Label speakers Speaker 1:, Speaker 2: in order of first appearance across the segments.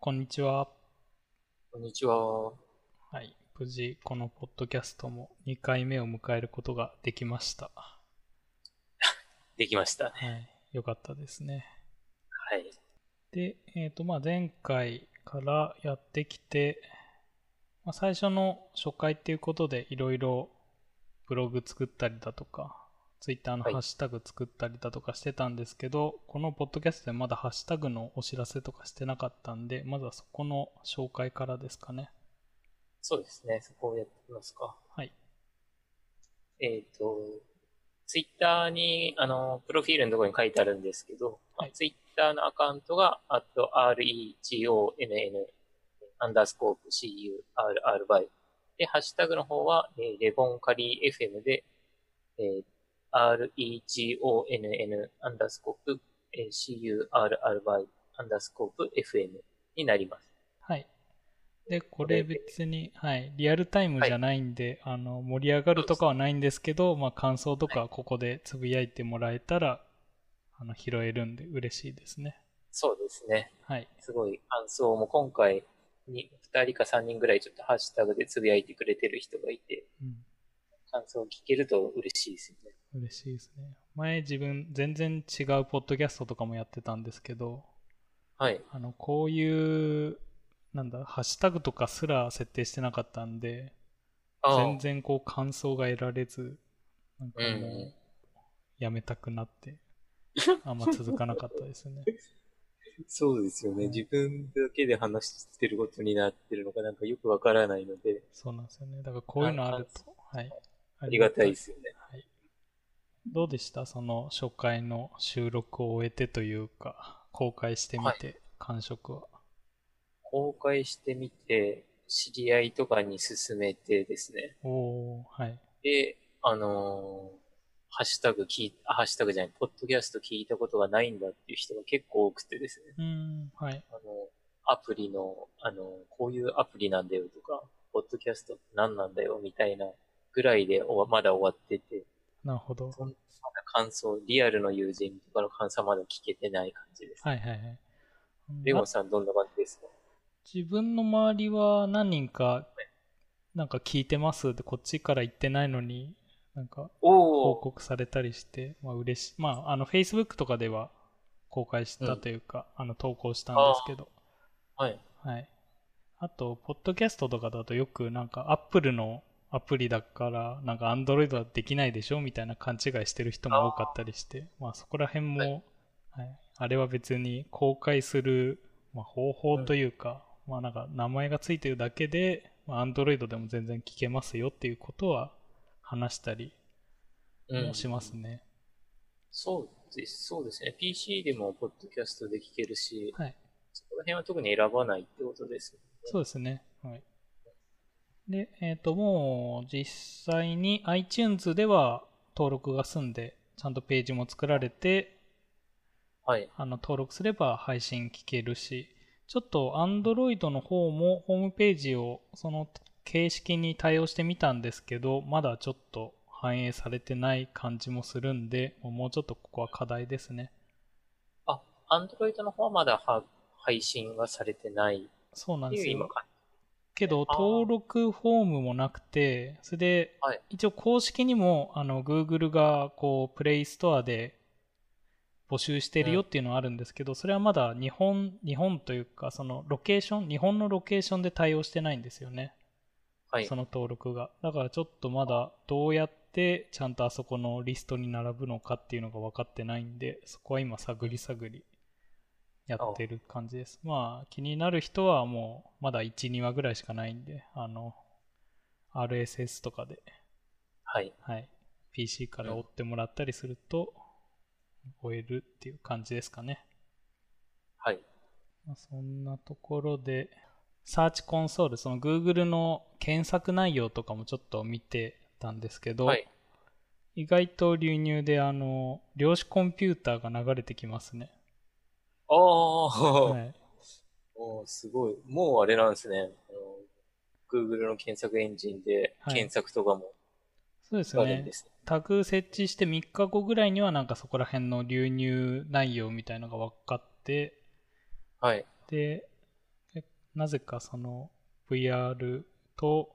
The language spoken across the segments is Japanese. Speaker 1: こんにちは。
Speaker 2: こんにちは。
Speaker 1: はい。無事、このポッドキャストも2回目を迎えることができました。は
Speaker 2: できましたね。
Speaker 1: い。よかったですね。
Speaker 2: はい。
Speaker 1: で、えっ、と、まあ、前回からやってきて、まあ、最初の初回っていうことで、いろいろブログ作ったりだとか、ツイッターのハ
Speaker 2: はい
Speaker 1: ッシュタグ作ったりだとかしてたんですけど、このポッドキャストでまだハッシュタグのお知らせとかしてなかったんで、まずはそこの紹介からですかね。
Speaker 2: そうですね。そこをやってみますか。
Speaker 1: はい。
Speaker 2: えっ、と、ツイッターに、あの、プロフィールのところに書いてあるんですけど、
Speaker 1: はい
Speaker 2: ツイッターのアカウントが、REGONN、アンダースコープ CURR by。で、ハッシュタグの方は、えーレボンカリー FM で、えー REGONN、アンダースコープ、えー CURR by、アンダースコープ FM になります。
Speaker 1: はい。で、これ別に、はい、リアルタイムじゃないんで、あの、盛り上がるとかはないんですけど、まあ、感想とかはここでつぶやいてもらえたら、あの、拾えるんで嬉しいですね。
Speaker 2: そうですね。
Speaker 1: はい。
Speaker 2: すごい感想も今回に2人か3人ぐらいちょっとハッシュタグでつぶやいてくれてる人がいて、
Speaker 1: うん。
Speaker 2: 感想を聞けると嬉しいですよね。
Speaker 1: 嬉しいですね。前自分、全然違うポッドキャストとかもやってたんですけど、
Speaker 2: はい。
Speaker 1: あの、こういう、なんだ、ハッシュタグとかすら設定してなかったんで、
Speaker 2: ああ
Speaker 1: 全然こう感想が得られず、なんかも
Speaker 2: う、
Speaker 1: うんやめたくな って、あんま続かなかったですね。
Speaker 2: そうですよね。自分だけで話してることになってるのかなんかよくわからないので、
Speaker 1: そうなんですよね。だからこういうのあると、はい。
Speaker 2: ありがたいで
Speaker 1: あ
Speaker 2: すよね
Speaker 1: り。がたい。はい。どうでしたその初回の収録を終えてというか、公開してみて、感触は。
Speaker 2: 公開してみて、知り合いとかに勧めてですね。
Speaker 1: おおーはい。
Speaker 2: で、あのーハッシュタグ聞い、あハッシュタグじゃない、ポッドキャスト聞いたことがないんだっていう人が結構多くてですね。
Speaker 1: うーん、はい。
Speaker 2: あの、アプリの、あの、こういうアプリなんだよとか、ポッドキャストって何なんだよみたいなぐらいでおわまだ終わってて、
Speaker 1: なるほど。
Speaker 2: そんな感想、リアルの友人とかの感想はまだ聞けてない感じです。
Speaker 1: はいはいはい。うん
Speaker 2: レゴンさんどんな感じですか
Speaker 1: 自分の周りは何人か、なんか聞いてますってこっちから言ってないのに、なんか
Speaker 2: お
Speaker 1: 報
Speaker 2: お
Speaker 1: 告されたりして、まあ嬉しい。まあ、あの、Facebook とかでは公開したというか、あの、投稿したんですけど、
Speaker 2: はい。
Speaker 1: はい。あと、ポッドキャストとかだとよくなんか Apple のアプリだから、なんか Android はできないでしょみたいな勘違いしてる人も多かったりして、まあそこら辺も、
Speaker 2: は
Speaker 1: はいあれは別に公開する、まあ、方法というか、まあなんか名前がついてるだけで、まあ、Android でも全然聞けますよっていうことは話したり
Speaker 2: う
Speaker 1: も
Speaker 2: ん。
Speaker 1: しますね。
Speaker 2: そうです、そうですね。PC でもポッドキャストで聞けるし、
Speaker 1: はい。
Speaker 2: そこら辺は特に選ばないってことです。
Speaker 1: そうですね。はい。で、えっ、と、もう実際に iTunes では登録が済んで、ちゃんとページも作られて、
Speaker 2: はい。
Speaker 1: あの、登録すれば配信聞けるし、ちょっと Android の方もホームページをその形式に対応してみたんですけど、まだちょっと反映されてない感じもするんで、もうちょっとここは課題ですね。
Speaker 2: あ、Android の方はまだは配信はされてない
Speaker 1: そうなん
Speaker 2: っ
Speaker 1: で
Speaker 2: てい
Speaker 1: す
Speaker 2: う
Speaker 1: よ。
Speaker 2: 今感
Speaker 1: けど
Speaker 2: あー
Speaker 1: 登録フォームもなくてそれで
Speaker 2: はい
Speaker 1: 一応公式にもあの Google がこうプレイストアで募集してるよっていうのはあるんですけどそれはまだ日本日本というかそのロケーション日本のロケーションで対応してないんですよね
Speaker 2: じ。はい
Speaker 1: そ。の登録がだからちょっとまだどうやってちゃんとあそこのリストに並ぶのかっていうのが分かってないんでそこは今探り探りやってる感じですまあ気になる人はもうまだ12話ぐらいしかないんであの RSS とかで、
Speaker 2: はい。
Speaker 1: はい、PC から追ってもらったりすると終えるっていう感じですかね、
Speaker 2: はい。
Speaker 1: まあ、そんなところで、サーチコンソール、その Google の検索内容とかもちょっと見てたんですけど、
Speaker 2: はい。
Speaker 1: 意外と流入で、あの、量子コンピューターが流れてきますね。
Speaker 2: ああ、
Speaker 1: はい、
Speaker 2: おーすごい。もうあれなんですね。あの Google の検索エンジンで
Speaker 1: はい
Speaker 2: 検索とかも
Speaker 1: そうです
Speaker 2: あ
Speaker 1: よ
Speaker 2: るん
Speaker 1: ね
Speaker 2: で。すね。
Speaker 1: タグ設置して3日後ぐらいには、なんかそこら辺の流入内容みたいのが分かって、
Speaker 2: はい。
Speaker 1: で、結なぜかその VR と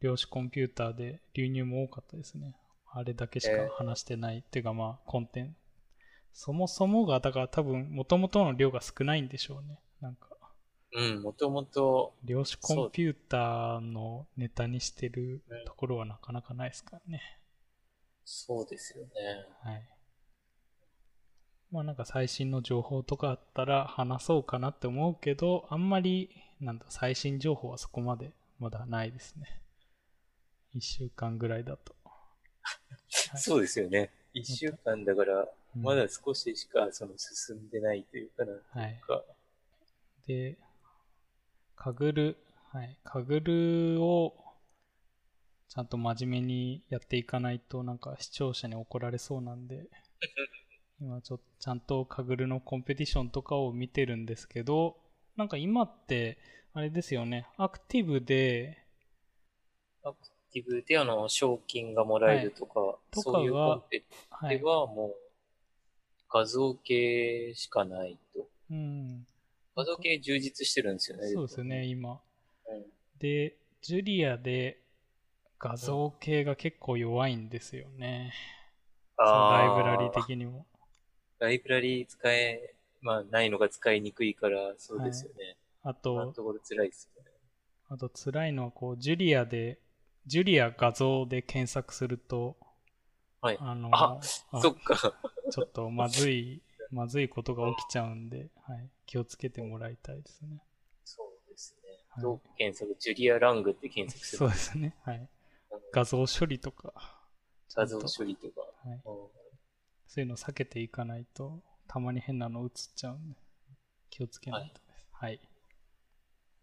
Speaker 1: 量子コンピューターで流入も多かったですね。あれだけしか話してない、っていうかまあコンテンツ。そもそもが、だから多分元々の量が少ないんでしょうね。なんか、
Speaker 2: うん、もともと、
Speaker 1: 量子コンピューターのネタにしてるところはなかなかないですからね。
Speaker 2: そうですよね。
Speaker 1: はい。まあなんか最新の情報とかあったら話そうかなって思うけど、あんまり、なんだ、最新情報はそこまでまだないですね。1週間ぐらいだと。はい
Speaker 2: そうですよね。一週間だから、
Speaker 1: うん
Speaker 2: まだ少ししか、その、進んでないというかなん
Speaker 1: はい。
Speaker 2: か、
Speaker 1: で、かぐる、はい、かぐるをちゃんと真面目にやっていかないと、なんか視聴者に怒られそうなん で、今ちょっとちゃんとかぐるのコンペティションとかを見てるんですけど、なんか今って、あれですよね、アクティブで、
Speaker 2: アクティブで、あの、賞金がもらえるとか、
Speaker 1: とかは
Speaker 2: そういうコンテン
Speaker 1: は
Speaker 2: ツ
Speaker 1: い
Speaker 2: で、はもう、画像系しかないと。
Speaker 1: うん、
Speaker 2: 画像系充実してるんですよね。
Speaker 1: そうですよね、今。
Speaker 2: うん。
Speaker 1: で、ジュリアで画像系が結構弱いんですよね、その
Speaker 2: あ
Speaker 1: ラ
Speaker 2: ー
Speaker 1: イブラリー的にも。
Speaker 2: ライブラリー使え、まあ、ないのが使いにくいから、そうですよね。
Speaker 1: あ
Speaker 2: 今
Speaker 1: と、
Speaker 2: のところ辛いですよね。
Speaker 1: あと辛いのはこう、ジュリアで、ジュリア画像で検索すると、
Speaker 2: はい
Speaker 1: あの、
Speaker 2: あ
Speaker 1: あ
Speaker 2: そっか。
Speaker 1: ちょっとまずい、まずいことが起きちゃうんで、はい、気をつけてもらいたいですね。
Speaker 2: そうですね。
Speaker 1: はい
Speaker 2: どう検索、ジュリア・ラングって検索す
Speaker 1: そ
Speaker 2: る
Speaker 1: う。ですね。はい。
Speaker 2: あの
Speaker 1: 画像処理とか、ちゃ
Speaker 2: 画
Speaker 1: んと
Speaker 2: 像処理とか。
Speaker 1: はい、
Speaker 2: うん
Speaker 1: そういうの避けていかないと、たまに変なの映っちゃうんで、気をつけないとです。はい。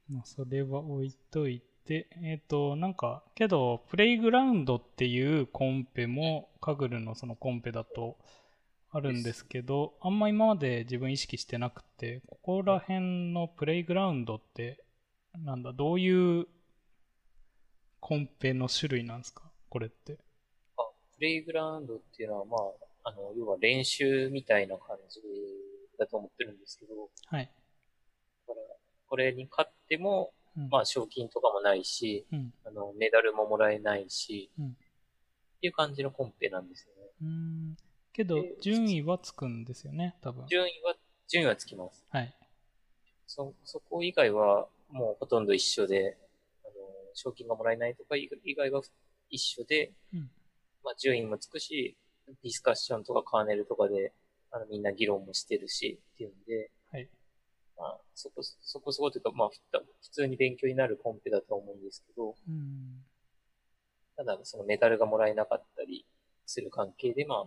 Speaker 1: まあ、それは置いといて、えっ、と、なんか、けど、プレイグラウンドっていうコンペも、カグルのそのコンペだとあるんですけど、あんま今まで自分意識してなくて、ここら辺のプレイグラウンドって、なんだ、どういうコンペの種類なんですかこれって。
Speaker 2: プレイグラウンドっていうのは、まあ、あの、要は練習みたいな感じだと思ってるんですけど、
Speaker 1: はい。
Speaker 2: これに勝っても、
Speaker 1: うん
Speaker 2: まあ、賞金とかもないし、
Speaker 1: うん。
Speaker 2: あの、メダルももらえないし、
Speaker 1: うん
Speaker 2: っていう感じのコンペなんですよね。
Speaker 1: うーんけど
Speaker 2: で、
Speaker 1: 順位はつくんですよね、多分。
Speaker 2: 順位は、順位はつきます。
Speaker 1: はい。
Speaker 2: そ、そこ以外は、もうほとんど一緒で、あの、賞金がもらえないとか以以外は一緒で、
Speaker 1: うん
Speaker 2: まあ、順位もつくし、ディスカッションとかカーネルとかで、あの、みんな議論もしてるし、っていうんで、
Speaker 1: はい。
Speaker 2: まあ、そこ、そこそこというか、まあ、ふた普通に勉強になるコンペだと思うんですけど、
Speaker 1: うん。
Speaker 2: ただ、そのメダルがもらえなかったりする関係で、まあ、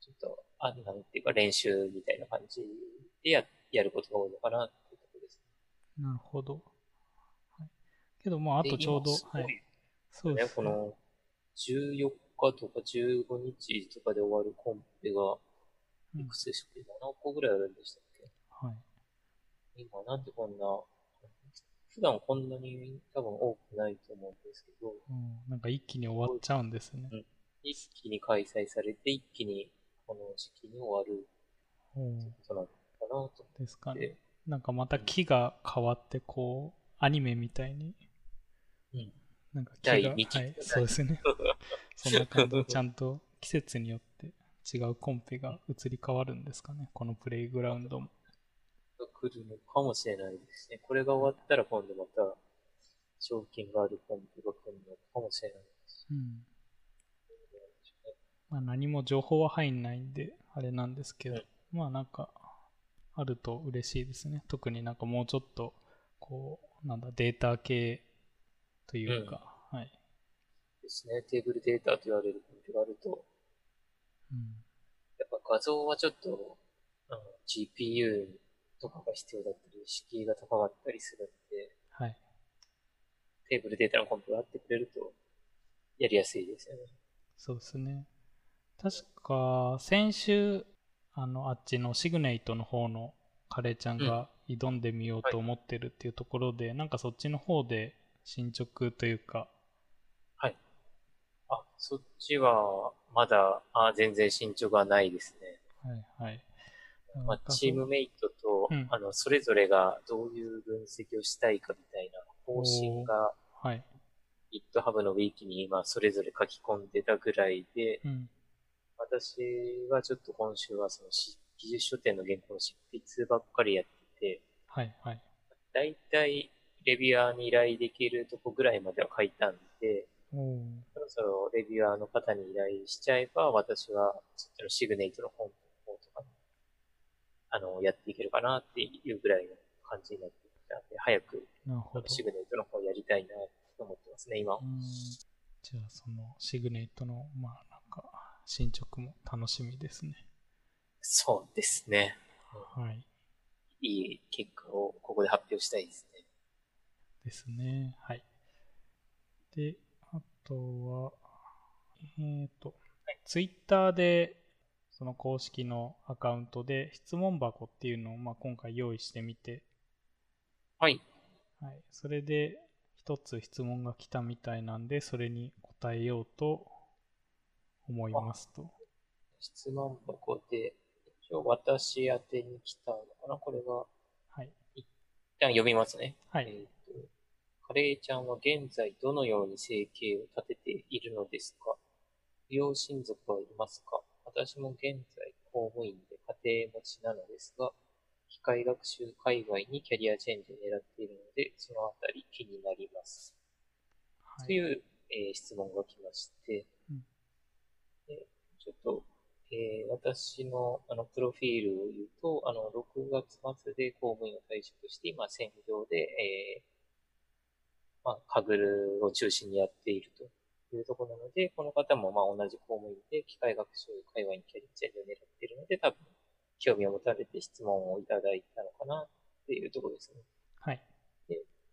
Speaker 2: ちょっと、あ、なんていうか、練習みたいな感じでや、やることが多いのかなっていうところです。
Speaker 1: なるほど。はい、けど、まあ、あと
Speaker 2: で
Speaker 1: ちょうど
Speaker 2: 今す、ご
Speaker 1: はいい。そうで
Speaker 2: ね、
Speaker 1: す
Speaker 2: この14日とか15日とかで終わるコンペが、
Speaker 1: うん
Speaker 2: いくつでしたっけ ?7 個ぐらいあるんでしたっけ
Speaker 1: はい。
Speaker 2: 今なんでこんな、普段こんなに多分多くないと思うんですけど、
Speaker 1: うんなんか一気に終わっちゃうんですね。
Speaker 2: 一気に開催されて一気にこの時期に終わる
Speaker 1: お
Speaker 2: ってことなのかなと
Speaker 1: ーですか
Speaker 2: 思っ
Speaker 1: ね
Speaker 2: て。、
Speaker 1: なんかまた木が変わって、こう、アニメみたいに。
Speaker 2: うん
Speaker 1: なんか木
Speaker 2: 第
Speaker 1: が、
Speaker 2: 二期
Speaker 1: はい、そうですね。 そんな感じで、 ちゃんと季節によって違うコンペが移り変わるんですかね、このプレイグラウンドも。
Speaker 2: 来るのかもしれないですね。これが終わったら今度また賞金があるコンペが来るのかもしれないです
Speaker 1: うん。
Speaker 2: ね。
Speaker 1: まあ、何も情報は入んないんで、あれなんですけど、
Speaker 2: うん
Speaker 1: まあなんか、あると嬉しいですね。特になんかもうちょっと、こう、なんだ、データ系というか、はい、
Speaker 2: ですね。テーブルデータと言われるコンペがあると、
Speaker 1: うん。
Speaker 2: やっぱ画像はちょっと、あの GPU とかが必要だったり、敷居が高かったりするんで、
Speaker 1: はい。
Speaker 2: テーブルデータのコンプがあってくれると、やりやすいですよね。
Speaker 1: そうですね。確か、先週、あの、あっちのシグネイトの方のカレーちゃんが挑んでみようと思ってるっていうところで、なんかそっちの方で進捗というか、
Speaker 2: あ、そっちは、まだ、あ、全然進捗がないですね。
Speaker 1: はいはい。
Speaker 2: まあ、チームメイトと、
Speaker 1: うん
Speaker 2: あの、それぞれがどういう分析をしたいかみたいな方針が
Speaker 1: はい。
Speaker 2: GitHub のウィーキに今それぞれ書き込んでたぐらいで、
Speaker 1: うん。
Speaker 2: 私はちょっと今週はそのし技術書店の原稿の執筆ばっかりやってて、
Speaker 1: はい。はい。
Speaker 2: だいたいレビュアーに依頼できるとこぐらいまでは書いたんで、
Speaker 1: おお。
Speaker 2: そろそろレビュアーの方に依頼しちゃえば、私はそっちのシグネイトの本の方とか、あの、やっていけるかなっていうぐらいの感じになってきたんで、早く
Speaker 1: なるほど。
Speaker 2: シグネイトの方やりたいなと思ってますね、今。
Speaker 1: うんじゃあ、そのシグネイトの、まあ、なんか、進捗も楽しみですね。
Speaker 2: そうですね。
Speaker 1: はい。
Speaker 2: いい結果をここで発表したいですね。
Speaker 1: ですね。はい。で、あとは、えっ、と、ツイッターで、その公式のアカウントで質問箱っていうのを、まあ、今回用意してみて、
Speaker 2: はい。
Speaker 1: はい、それで一つ質問が来たみたいなんで、それに答えようと思いますと。
Speaker 2: 質問箱で、一応私宛てに来たのかなこれは、
Speaker 1: はい。
Speaker 2: 一旦読みますね。
Speaker 1: は
Speaker 2: え
Speaker 1: い。
Speaker 2: っと、カレーちゃんは現在どのように生計を立てているのですか両親族はいますか私も現在公務員で家庭持ちなのですが、機械学習界隈にキャリアチェンジを狙っているので、そのあたり気になります。
Speaker 1: は
Speaker 2: と
Speaker 1: い。
Speaker 2: いう、えー質問が来まして、
Speaker 1: うん
Speaker 2: でちょっと、えー私のあのプロフィールを言うと、あの6月末で公務員を退職して、今、専業で、えーまあ、カグルを中心にやっているというところなので、この方もまあ同じ公務員で機械学習界隈にキャリアチェンジを狙っているので、多分興味を持たれて質問をいただいたのかなっていうところですね。
Speaker 1: はい。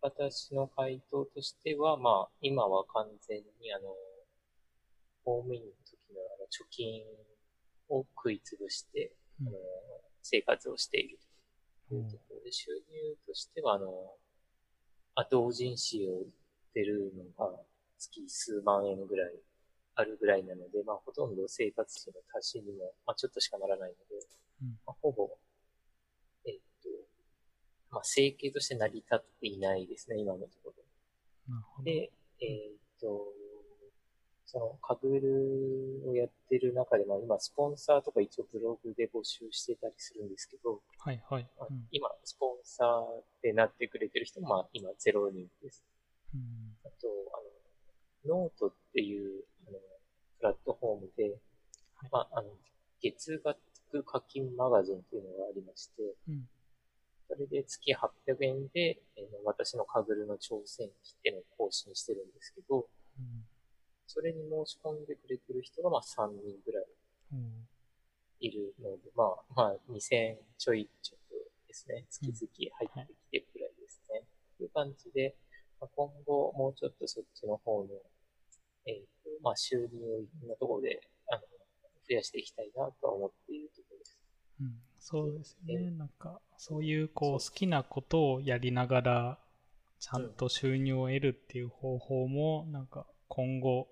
Speaker 2: 私の回答としては、まあ、今は完全に、あの、公務員の時のあの貯金を食い潰して、
Speaker 1: うん
Speaker 2: あの生活をしているという
Speaker 1: うん
Speaker 2: ところで、収入としては、あの、後同人誌を売ってるのが月数万円ぐらいあるぐらいなので、まあ、ほとんど生活費の足しにも、まあ、ちょっとしかならないので、
Speaker 1: うん
Speaker 2: まあ、ほぼ、えっと、まあ、整形として成り立っていないですね、今のところ。
Speaker 1: なるほど。
Speaker 2: で、えっと、その、カグルをやってる中で、まあ、今、スポンサーとか一応ブログで募集してたりするんですけど、
Speaker 1: はいはい。
Speaker 2: まあ
Speaker 1: うん
Speaker 2: 今、スポンサーでなってくれてる人も、まあ、今、0人です。
Speaker 1: うん
Speaker 2: あと、あの、ノートっていう、あの、プラットフォームで、
Speaker 1: はい
Speaker 2: まあ、あの、月額課金マガジンっていうのがありまして、
Speaker 1: うん
Speaker 2: それで月800円で、えー私のカグルの挑戦期っていうのを更新してるんですけど、それに申し込んでくれてる人がまあ3人ぐらい
Speaker 1: うんうん
Speaker 2: いるので、まあ、まあ、2000ちょいちょっとですね、月々入ってきてるぐらいですね。という感じで、まあ、今後もうちょっとそっちの方の、えーとまあ、収入をいろんなところであの増やしていきたいなとは思っているところです。
Speaker 1: うん、そうですよね。
Speaker 2: で
Speaker 1: なんか、そういう、こう、
Speaker 2: そ
Speaker 1: 好きなことをやりながら、ちゃんと収入を得るっていう方法も、なんか、今後、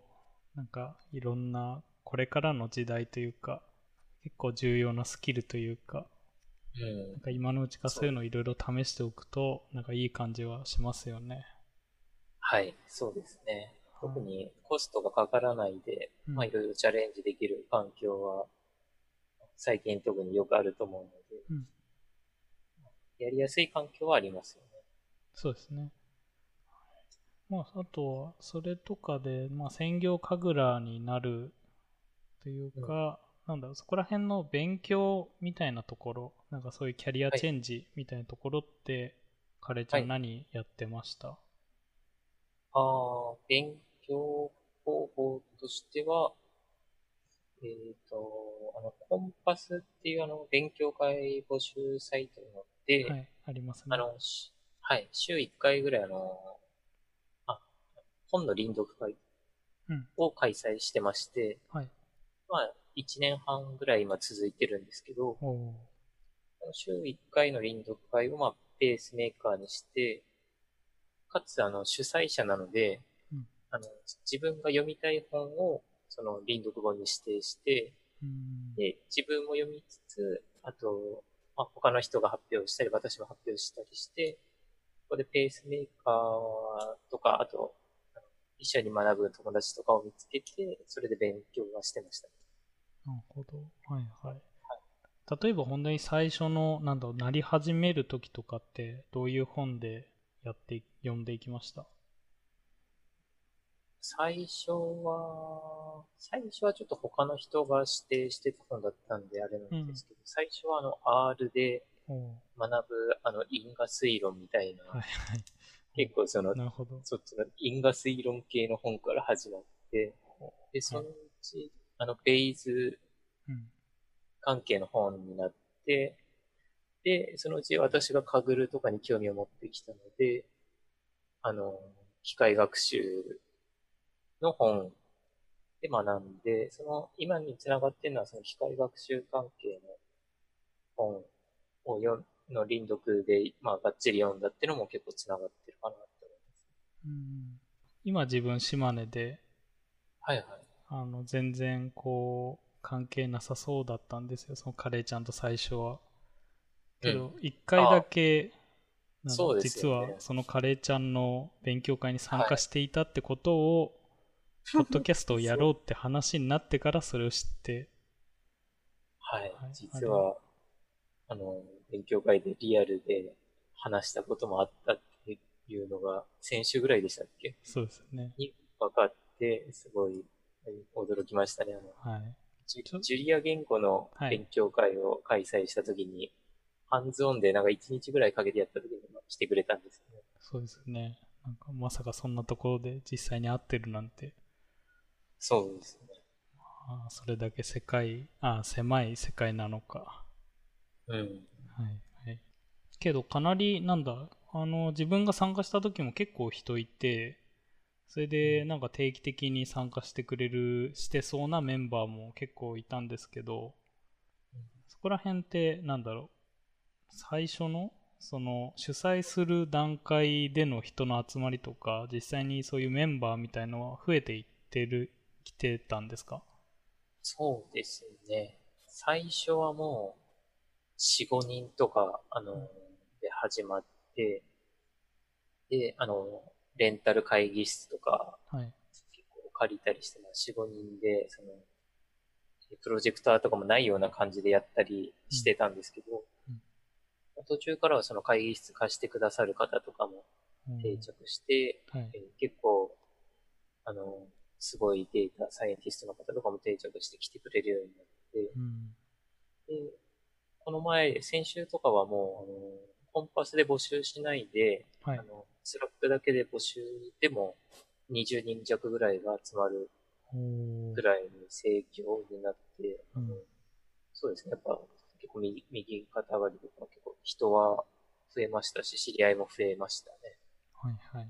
Speaker 1: なんか、いろんな、これからの時代というか、結構重要なスキルというか、
Speaker 2: うん
Speaker 1: なんか今のうちからそういうのをいろいろ試しておくと、なんかいい感じはしますよね。
Speaker 2: はい、そうですね。特にコストがかからないで、
Speaker 1: うん
Speaker 2: まあいろいろチャレンジできる環境は、最近特によくあると思うので、
Speaker 1: うん
Speaker 2: やりやすい環境はありますよね。
Speaker 1: そうですね。まあ、あとは、それとかで、まあ、専業神楽になるというか、なんだろう、そこら辺の勉強みたいなところ、なんかそういうキャリア
Speaker 2: はい
Speaker 1: チェンジみたいなところって、カレちゃ
Speaker 2: は
Speaker 1: ん
Speaker 2: い
Speaker 1: 何やってました、
Speaker 2: ああ、勉強方法としては、えっ、と、あの、コンパスっていうあの、勉強会募集サイトなので、
Speaker 1: はい、ありますね。
Speaker 2: あの、しはい、週1回ぐらいあの、あ、本の臨読会
Speaker 1: うん
Speaker 2: を開催してまして、
Speaker 1: はい。
Speaker 2: まあ、1年半ぐらい今続いてるんですけ
Speaker 1: お
Speaker 2: ど、
Speaker 1: お
Speaker 2: この週1回の臨読会をまあ、ペースメーカーにして、かつ、あの、主催者なので、
Speaker 1: うん
Speaker 2: あの、自分が読みたい本を、その、臨読本に指定して、
Speaker 1: ー。うん。
Speaker 2: で、自分も読みつつ、あと、まあ、他の人が発表したり、私も発表したりして、ここでペースメーカーとか、あと、あの一緒に学ぶ友達とかを見つけて、それで勉強はしてました。
Speaker 1: なるほど。はいはい。例えば本当に最初の、なんだろう、なり始める時とかって、どういう本でやって、読んでいきました
Speaker 2: 最初は、最初はちょっと他の人が指定してた本だったんであれなんですけど、最初はあの R で
Speaker 1: おお
Speaker 2: 学ぶあの因果推論みたいな、
Speaker 1: はいはい。
Speaker 2: 結構その
Speaker 1: なるほど。
Speaker 2: そっちの因果推論系の本から始まって、で、そのうち、あの、ベイズ
Speaker 1: うん。
Speaker 2: 関係の本になって、で、そのうち私がカグルとかに興味を持ってきたので、あの、機械学習の本で学んで、その、今につながってるのはその機械学習関係の本を読んの輪読で、まあ、がっちり読んだっていうのも結構つながってるかなって思い
Speaker 1: うん、今自分、島根で、
Speaker 2: ます。はいはい。
Speaker 1: あの、全然こう、関係なさそうだったんですよ。そのカレーちゃんと最初は。けど、一回だけ、なんだ
Speaker 2: そうです
Speaker 1: 実
Speaker 2: よね
Speaker 1: はそのカレーちゃんの勉強会に参加していたってことを、ポッドキャストをやろうって話になってからそれを知って、
Speaker 2: はい
Speaker 1: はい。
Speaker 2: 実は、あの、勉強会でリアルで話したこともあったっていうのが、先週ぐらいでしたっけ
Speaker 1: そうですね。
Speaker 2: に分かって、すごい驚きましたね。あの
Speaker 1: はい。
Speaker 2: ジ
Speaker 1: ちょ
Speaker 2: ュジュリア言語の
Speaker 1: はい
Speaker 2: 勉強会を開催したときに、ハンズオンでなんか1日ぐらいかけてやったときにまあ来てくれたんですよね。
Speaker 1: そうですね。なんかまさかそんなところで実際に会ってるなんて、
Speaker 2: そうですね。
Speaker 1: ああそれだけ世界、ああ狭い世界なのか。
Speaker 2: うん。
Speaker 1: はいはい、けどかなりなんだあの自分が参加した時も結構人いてそれでなんか定期的に参加してくれるしてそうなメンバーも結構いたんですけどそこら辺ってなんだろう最初のその主催する段階での人の集まりとか実際にそういうメンバーみたいのは増えていってるきてたんですか
Speaker 2: そうですね。最初はもう、4、5人とか、あの、
Speaker 1: うん
Speaker 2: で始まって、で、あの、レンタル会議室とか、
Speaker 1: はい
Speaker 2: 結構借りたりして、まあ4、5人で、その、プロジェクターとかもないような感じでやったりしてたんですけど、
Speaker 1: うん
Speaker 2: 途中からはその会議室貸してくださる方とかも
Speaker 1: うん
Speaker 2: 定着して、
Speaker 1: はい
Speaker 2: えー結構、あの、すごいデータサイエンティストの方とかも定着して来てくれるようになって、
Speaker 1: うん
Speaker 2: で、この前、先週とかはもう、あの、コンパスで募集しないで、
Speaker 1: はい
Speaker 2: あの、スラックだけで募集でも20人弱ぐらいが集まる
Speaker 1: おー
Speaker 2: ぐらいに盛況になって、
Speaker 1: うん
Speaker 2: あのそうですね、やっぱ結構右右肩上がりとか結構人は増えましたし、知り合いも増えましたね。
Speaker 1: はいはい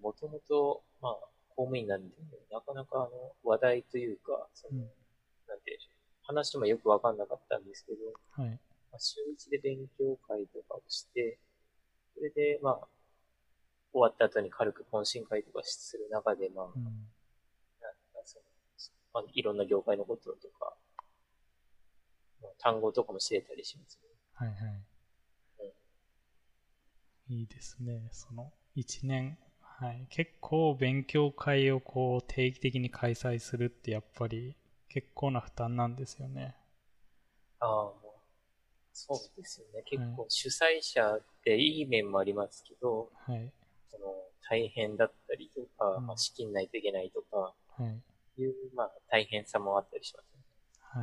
Speaker 2: もともと、まあ、公務員なんで、なかなかあの話題というか、その、
Speaker 1: うん
Speaker 2: なんていうんでしょう話もよくわかんなかったんですけど、
Speaker 1: はい
Speaker 2: まあ、週一で勉強会とかをして、それで、まあ、終わった後に軽く懇親会とかする中で、まあ、
Speaker 1: うん
Speaker 2: そのまあ、いろんな業界のこととか、まあ単語とかも知れたりしますね。
Speaker 1: はいはい。いいですね。その1年、はい。結構勉強会をこう定期的に開催するってやっぱり結構な負担なんですよね。
Speaker 2: ああ、もう、そうですよね。結構主催者っていい面もありますけど、
Speaker 1: はい。
Speaker 2: その大変だったりとか、
Speaker 1: うん
Speaker 2: まあ、資金ないといけないとか
Speaker 1: はい。
Speaker 2: いう、まあ、大変さもあったりしますね。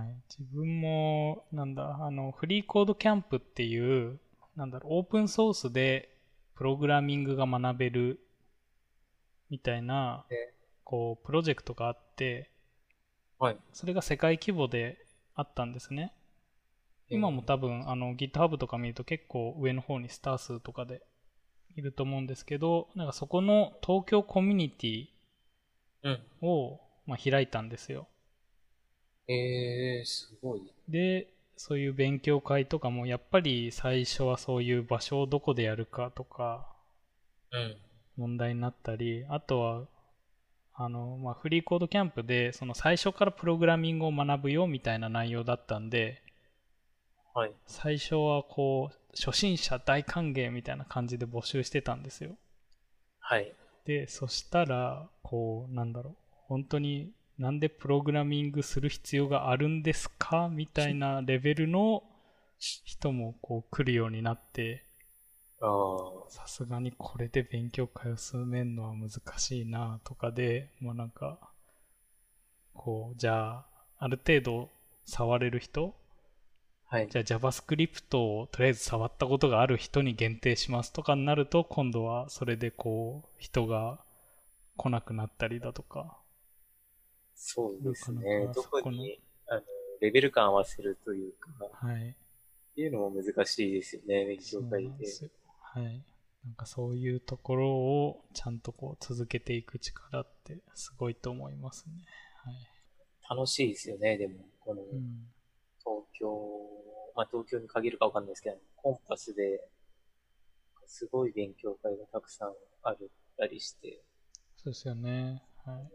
Speaker 1: はい。自分も、なんだ、あの、フリーコードキャンプっていう、なんだろう、オープンソースでプログラミングが学べるみたいな
Speaker 2: ね、
Speaker 1: こう、プロジェクトがあって、
Speaker 2: はい。
Speaker 1: それが世界規模であったんですね。今も多分あの GitHub とか見ると結構上の方にスター数とかでいると思うんですけどなんかそこの東京コミュニティ
Speaker 2: うん。
Speaker 1: を、まあ、開いたんですよ
Speaker 2: えー、すごい。
Speaker 1: でそういう勉強会とかもやっぱり最初はそういう場所をどこでやるかとか
Speaker 2: うん。
Speaker 1: 問題になったりあとはあの、まあ、フリーコードキャンプでその最初からプログラミングを学ぶよみたいな内容だったんで
Speaker 2: はい。
Speaker 1: 最初はこう、初心者大歓迎みたいな感じで募集してたんですよ。
Speaker 2: はい。
Speaker 1: で、そしたら、こう、なんだろう、本当になんでプログラミングする必要があるんですかみたいなレベルの人もこう来るようになって、
Speaker 2: ああ。
Speaker 1: さすがにこれで勉強会を進めるのは難しいなとかで、もうなんか、こう、じゃあ、ある程度触れる人
Speaker 2: はい。
Speaker 1: じゃあ JavaScript をとりあえず触ったことがある人に限定しますとかになると今度はそれでこう人が来なくなったりだとか
Speaker 2: そうです
Speaker 1: な
Speaker 2: ね
Speaker 1: かな。か
Speaker 2: どこ
Speaker 1: そこの
Speaker 2: に、あの、レベル感合わせるというか、っ
Speaker 1: はい
Speaker 2: ていうのも難しいですよね、勉強会で。
Speaker 1: よはいなんかそういうところをちゃんとこう続けていく力ってすごいと思いますね
Speaker 2: 楽しいですよね、でも、この、
Speaker 1: うん、
Speaker 2: 東京、まあ、東京に限るかわかんないですけど、コンパスで、すごい勉強会がたくさんあるったりして、
Speaker 1: そうですよねはい、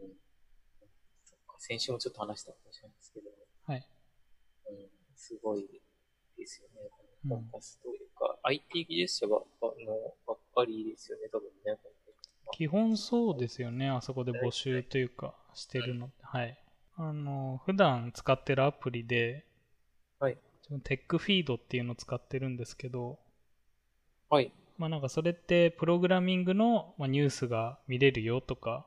Speaker 2: そっか先週もちょっと話したかもしれないですけど、
Speaker 1: はい、
Speaker 2: うん、すごいですよね、こ
Speaker 1: うん
Speaker 2: のコンパスというか、IT 技術者ばっかのばっかりですよね、多分ね。
Speaker 1: 基本そうですよね、あそこで募集というか、してるの。はい。あの、普段使ってるアプリで、
Speaker 2: はい
Speaker 1: 自分テックフィードっていうのを使ってるんですけど、
Speaker 2: はい、
Speaker 1: まあなんかそれってプログラミングのまあニュースが見れるよとか、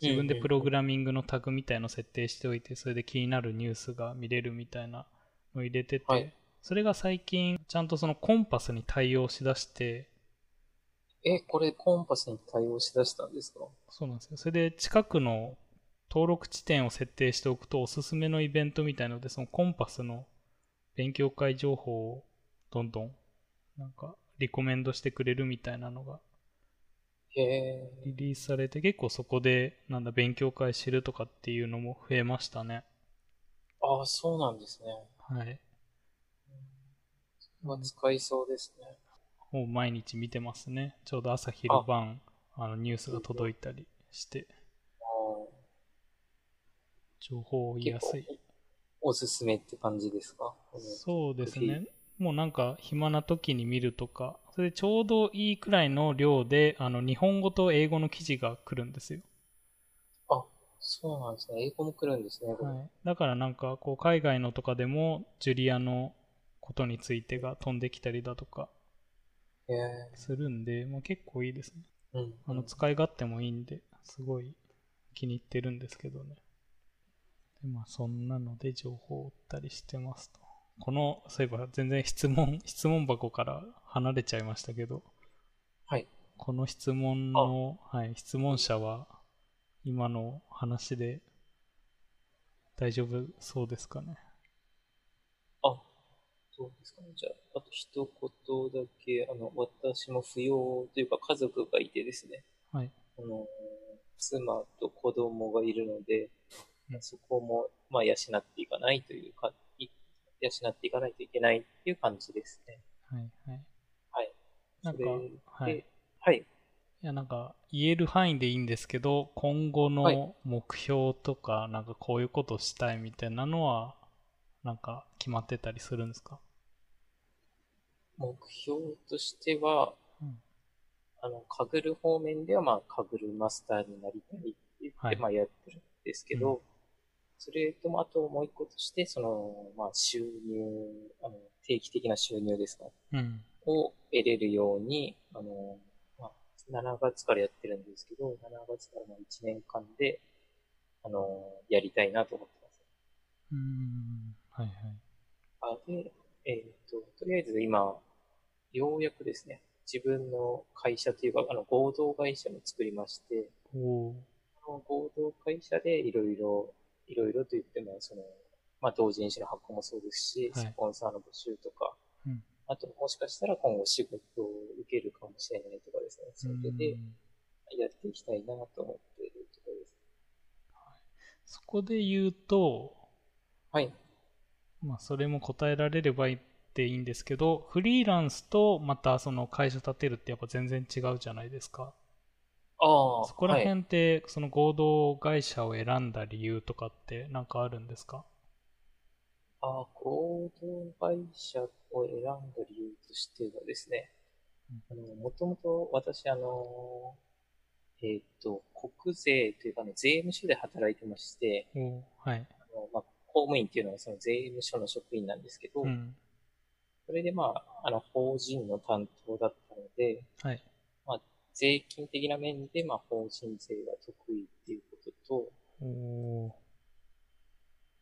Speaker 1: 自分でプログラミングのタグみたいの設定しておいて、それで気になるニュースが見れるみたいなのを入れてて、
Speaker 2: はい
Speaker 1: それが最近、ちゃんとそのコンパスに対応しだして、
Speaker 2: え、これコンパスに対応しだしたんですか
Speaker 1: そうなんですよ。それで近くの登録地点を設定しておくとおすすめのイベントみたいので、そのコンパスの勉強会情報をどんどんなんかリコメンドしてくれるみたいなのが
Speaker 2: へえ。
Speaker 1: リリースされて、結構そこでなんだ勉強会知るとかっていうのも増えましたね。
Speaker 2: ああ、そうなんですね。
Speaker 1: はい。
Speaker 2: まあ、使いそうですね。
Speaker 1: もう毎日見てますね。ちょうど朝昼晩あのニュースが届いたりして、
Speaker 2: ああ
Speaker 1: 情報を言いやすい。
Speaker 2: おすすめって感じですか
Speaker 1: そうです
Speaker 2: コーヒ
Speaker 1: ね。もうなんか暇な時に見るとか、それでちょうどいいくらいの量で、あの、日本語と英語の記事が来るんですよ。
Speaker 2: そうなんですね。英語も来るんですね。これ
Speaker 1: はい。だからなんか、こう、海外のとかでも、ジュリアのことについてが飛んできたりだとか
Speaker 2: へ
Speaker 1: するんで、もう結構いいですね。
Speaker 2: えうん。
Speaker 1: あの、使い勝手もいいんで、すごい気に入ってるんですけどね。でまあ、そんなので情報を追ったりしてますと。この、そういえば全然質問、 質問箱から離れちゃいましたけど、
Speaker 2: はい。
Speaker 1: この質問の、はい、質問者は、今の話で大丈夫そうですかね。
Speaker 2: あ、そうですかね。じゃあ、あと一言だけ、あの、私も扶養というか家族がいてですね。
Speaker 1: はい。
Speaker 2: あの、妻と子供がいるので
Speaker 1: う、ん
Speaker 2: そこも、まあ、養っていかないというか、い養っていかないといけないっていう感じですね。
Speaker 1: はい、はい。
Speaker 2: はい。
Speaker 1: なんか
Speaker 2: それで、
Speaker 1: はい。い
Speaker 2: ではい。
Speaker 1: や、なんか、言える範囲でいいんですけど、今後
Speaker 2: はい
Speaker 1: の目標とか、なんかこういうことしたいみたいなのは、なんか決まってたりするんですか
Speaker 2: 目標としては、
Speaker 1: うん
Speaker 2: あの、かぐる方面では、まあ、かぐるマスターになりたいって言って、
Speaker 1: はい
Speaker 2: まあ、やってるんですけど、
Speaker 1: う
Speaker 2: それとも、あともう一個として、その、まあ、収入、あの、定期的な収入ですか、
Speaker 1: うん。
Speaker 2: を得れるように、あの、まあ、7月からやってるんですけど、7月からの1年間で、あの、やりたいなと思ってます。
Speaker 1: うーん。はいはい。
Speaker 2: あで、えっ、と、とりあえず今、ようやくですね、自分の会社というか、あの、合同会社も作りまして、
Speaker 1: おー
Speaker 2: この合同会社でいろいろ、いろいろと言っても、その、まあ、同人誌の発行もそうですし、
Speaker 1: はい
Speaker 2: スポンサーの募集とか、
Speaker 1: うん
Speaker 2: あと、もしかしたら今後仕事を受けるかもしれないとかですね、それで
Speaker 1: うん
Speaker 2: やっていきたいなと思っているところです。
Speaker 1: そこで言うと、
Speaker 2: はい。
Speaker 1: まあ、それも答えられればいいっていいんですけど、フリーランスとまたその会社立てるってやっぱ全然違うじゃないですか。
Speaker 2: ああ、
Speaker 1: そこら
Speaker 2: はい。
Speaker 1: 辺って、その合同会社を選んだ理由とかってなんかあるんですか
Speaker 2: あ、合同会社を選んだ理由としてはですね、あの、もともと私、あの、えっ、と、国税というかね、税務署で働いてまして、
Speaker 1: おはい。
Speaker 2: あのまあ、公務員っていうのはその税務署の職員なんですけど、
Speaker 1: うん。
Speaker 2: それでまあ、あの、法人の担当だったので、
Speaker 1: はい。
Speaker 2: 税金的な面で、まあ、法人税が得意っていうことと、
Speaker 1: おお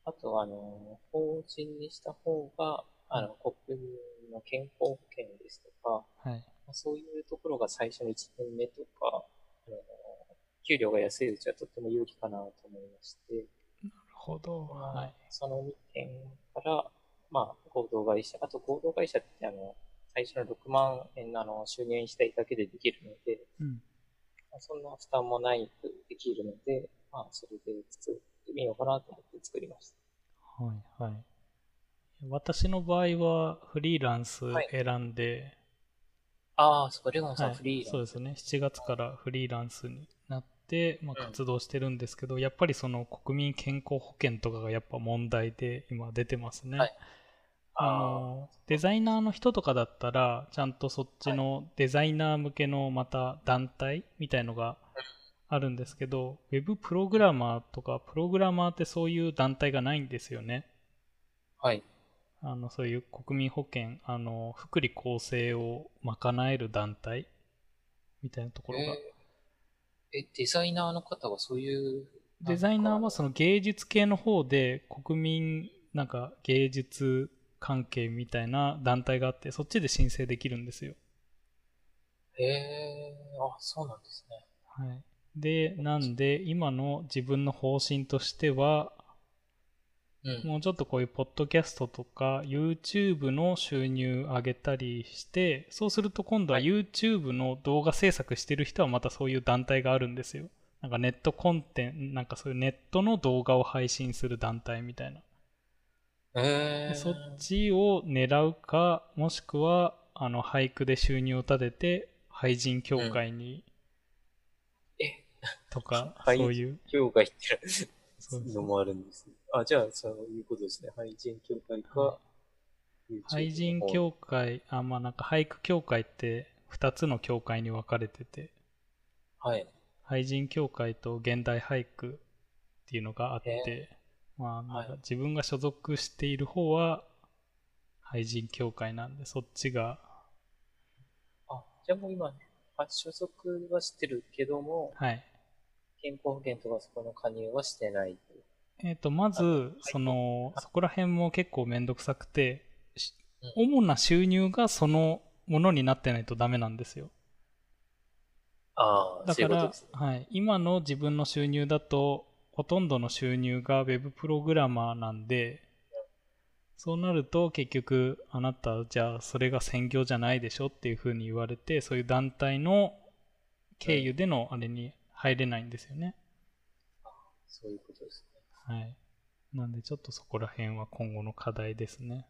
Speaker 2: あとは、あの、法人にした方が、あの、国民の健康保険ですとか、
Speaker 1: ー。はい。
Speaker 2: まあそういうところが最初の1年目とか、あの給料が安いうちはとっても有利かなと思いまして、
Speaker 1: なるほど。はい。
Speaker 2: その2点から、まあ、合同会社、あと合同会社ってあの、最初の6万円のあの収入したいだけでできるので、
Speaker 1: うん。
Speaker 2: まあそんな負担もないくできるので、まあ、それで作ってみようかなと思って作りました。
Speaker 1: はいはい。私の場合はフリーランス
Speaker 2: はい
Speaker 1: 選んで、
Speaker 2: ああ、それもさ、
Speaker 1: はい
Speaker 2: フリー
Speaker 1: そ
Speaker 2: ラ
Speaker 1: う
Speaker 2: ン
Speaker 1: ですね。7月からフリーランスになって、まあ、
Speaker 2: うん
Speaker 1: 活動してるんですけど、やっぱりその国民健康保険とかがやっぱ問題で今出てますね。
Speaker 2: はい
Speaker 1: あのデザイナーの人とかだったらちゃんとそっちのデザイナー向けのまた団体みたいのがあるんですけどウェブプログラマーとかプログラマーってそういう団体がないんですよね
Speaker 2: はい。
Speaker 1: あのそういう国民保険あの福利厚生を賄える団体みたいなところが、
Speaker 2: えーえ、デザイナーの方はそういう、
Speaker 1: デザイナーはその芸術系の方で国民なんか芸術関係みたいな団体があってそっちで申請できるんですよ、
Speaker 2: へえ、あ、そうなんですね。
Speaker 1: はい、でなんで今の自分の方針としては
Speaker 2: うん。
Speaker 1: もうちょっとこういうポッドキャストとか YouTube の収入上げたりしてそうすると今度は
Speaker 2: は
Speaker 1: YouTube の動画制作してる人はまたそういう団体があるんですよなんかネットコンテンなんかそういうネットの動画を配信する団体みたいな
Speaker 2: へ
Speaker 1: で
Speaker 2: え。
Speaker 1: そっちを狙うかもしくはあの俳句で収入を立てて俳人協会に
Speaker 2: うんえ
Speaker 1: とか、
Speaker 2: 俳
Speaker 1: そういう
Speaker 2: 協会って
Speaker 1: そうです
Speaker 2: のもあるんですね。あ、じゃあ、そういうことですね。俳人協会か、
Speaker 1: 俳人協会あまあなんか俳句協会って2つの協会に分かれてて
Speaker 2: 会。はい。
Speaker 1: 俳人協会と現代俳句っていうのがあって、まあ、なんか
Speaker 2: はい
Speaker 1: 自分が所属している方は俳人協会なんでそっちが
Speaker 2: あ、じゃあもう今、あ所属はしてるけども、
Speaker 1: はい
Speaker 2: 健康保険とかそこの加入はしてないと。
Speaker 1: えー、とま
Speaker 2: あ
Speaker 1: ず、そのそこら辺も結構めんどくさくて、し
Speaker 2: う
Speaker 1: 主な収入がそのものになってないとダメなんですよ。
Speaker 2: ああ、
Speaker 1: だ
Speaker 2: そうい
Speaker 1: か
Speaker 2: うこと
Speaker 1: ら
Speaker 2: ですね。
Speaker 1: はい、今の自分の収入だと、ほとんどの収入が Web プログラマーなんで、そうなると結局、あなた、じゃあそれが専業じゃないでしょっていうふうに言われて、そういう団体の経由でのあれに入れないんですよね。
Speaker 2: そういうことですね。
Speaker 1: はい、なんで、ちょっとそこら辺は今後の課題ですね。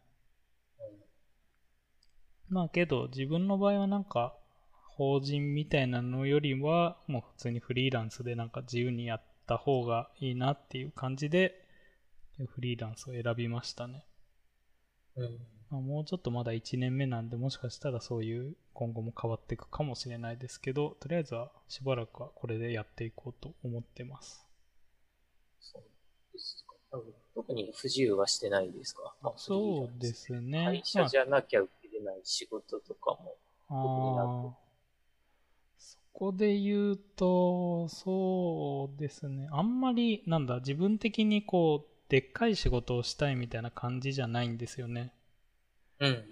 Speaker 1: まあけど自分の場合はなんか法人みたいなのよりはもう普通にフリーランスでなんか自由にやった方がいいなっていう感じでフリーランスを選びましたね、
Speaker 2: うん。うん
Speaker 1: まあ、もうちょっとまだ1年目なんでもしかしたらそういう今後も変わっていくかもしれないですけどとりあえずはしばらくはこれでやっていこうと思ってます
Speaker 2: そうですか。多分特に不自由はしてないですか。まあ、
Speaker 1: そうで。すね
Speaker 2: 会
Speaker 1: ま
Speaker 2: 社
Speaker 1: あ
Speaker 2: じゃなきゃ受けれない仕事とかも。
Speaker 1: ああ、そこで言うと、そうですね、あんまり、なんだ、自分的にこう、でっかい仕事をしたいみたいな感じじゃないんですよね。
Speaker 2: うんうん。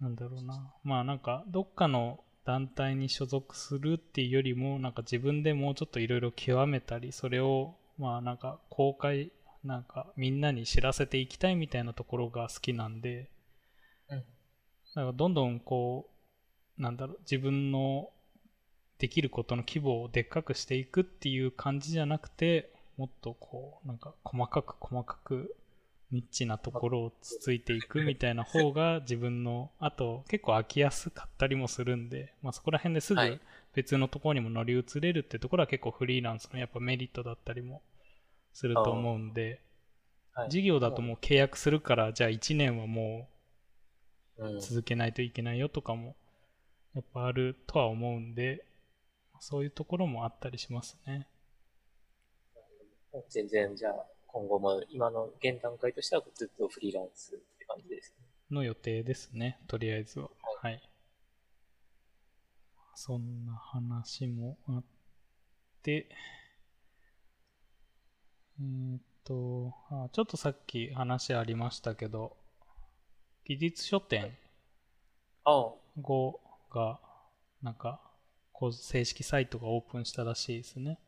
Speaker 1: なんだろうな。まあなんか、どっかの団体に所属するっていうよりも、なんか自分でもうちょっといろいろ極めたり、それを、まあなんか公開、なんかみんなに知らせていきたいみたいなところが好きなんで、
Speaker 2: うん。
Speaker 1: なんかどんどんこうなんだろう自分のできることの規模をでっかくしていくっていう感じじゃなくてもっとこうなんか細かく細かくニッチなところをつついていくみたいな方が自分のあと結構飽きやすかったりもするんで、まあ、そこら辺ですぐ
Speaker 2: はい
Speaker 1: 別のところにも乗り移れるってところは結構フリーランスのやっぱメリットだったりもすると思うんで。
Speaker 2: はい
Speaker 1: 事業だともう契約するから、じゃあ1年はも
Speaker 2: うん
Speaker 1: う。続けないといけないよとかも、やっぱあるとは思うんで、そういうところもあったりしますね。
Speaker 2: 全然、じゃあ、今後も、今の現段階としてはずっとフリーランスって感じですね。
Speaker 1: の予定ですね、とりあえずは。はい。そんな話もあって、えーっとあ、ちょっとさっき話ありましたけど、技術書店
Speaker 2: ああ、
Speaker 1: 5が、なんか、こう正式サイトがオープンしたらしいですね。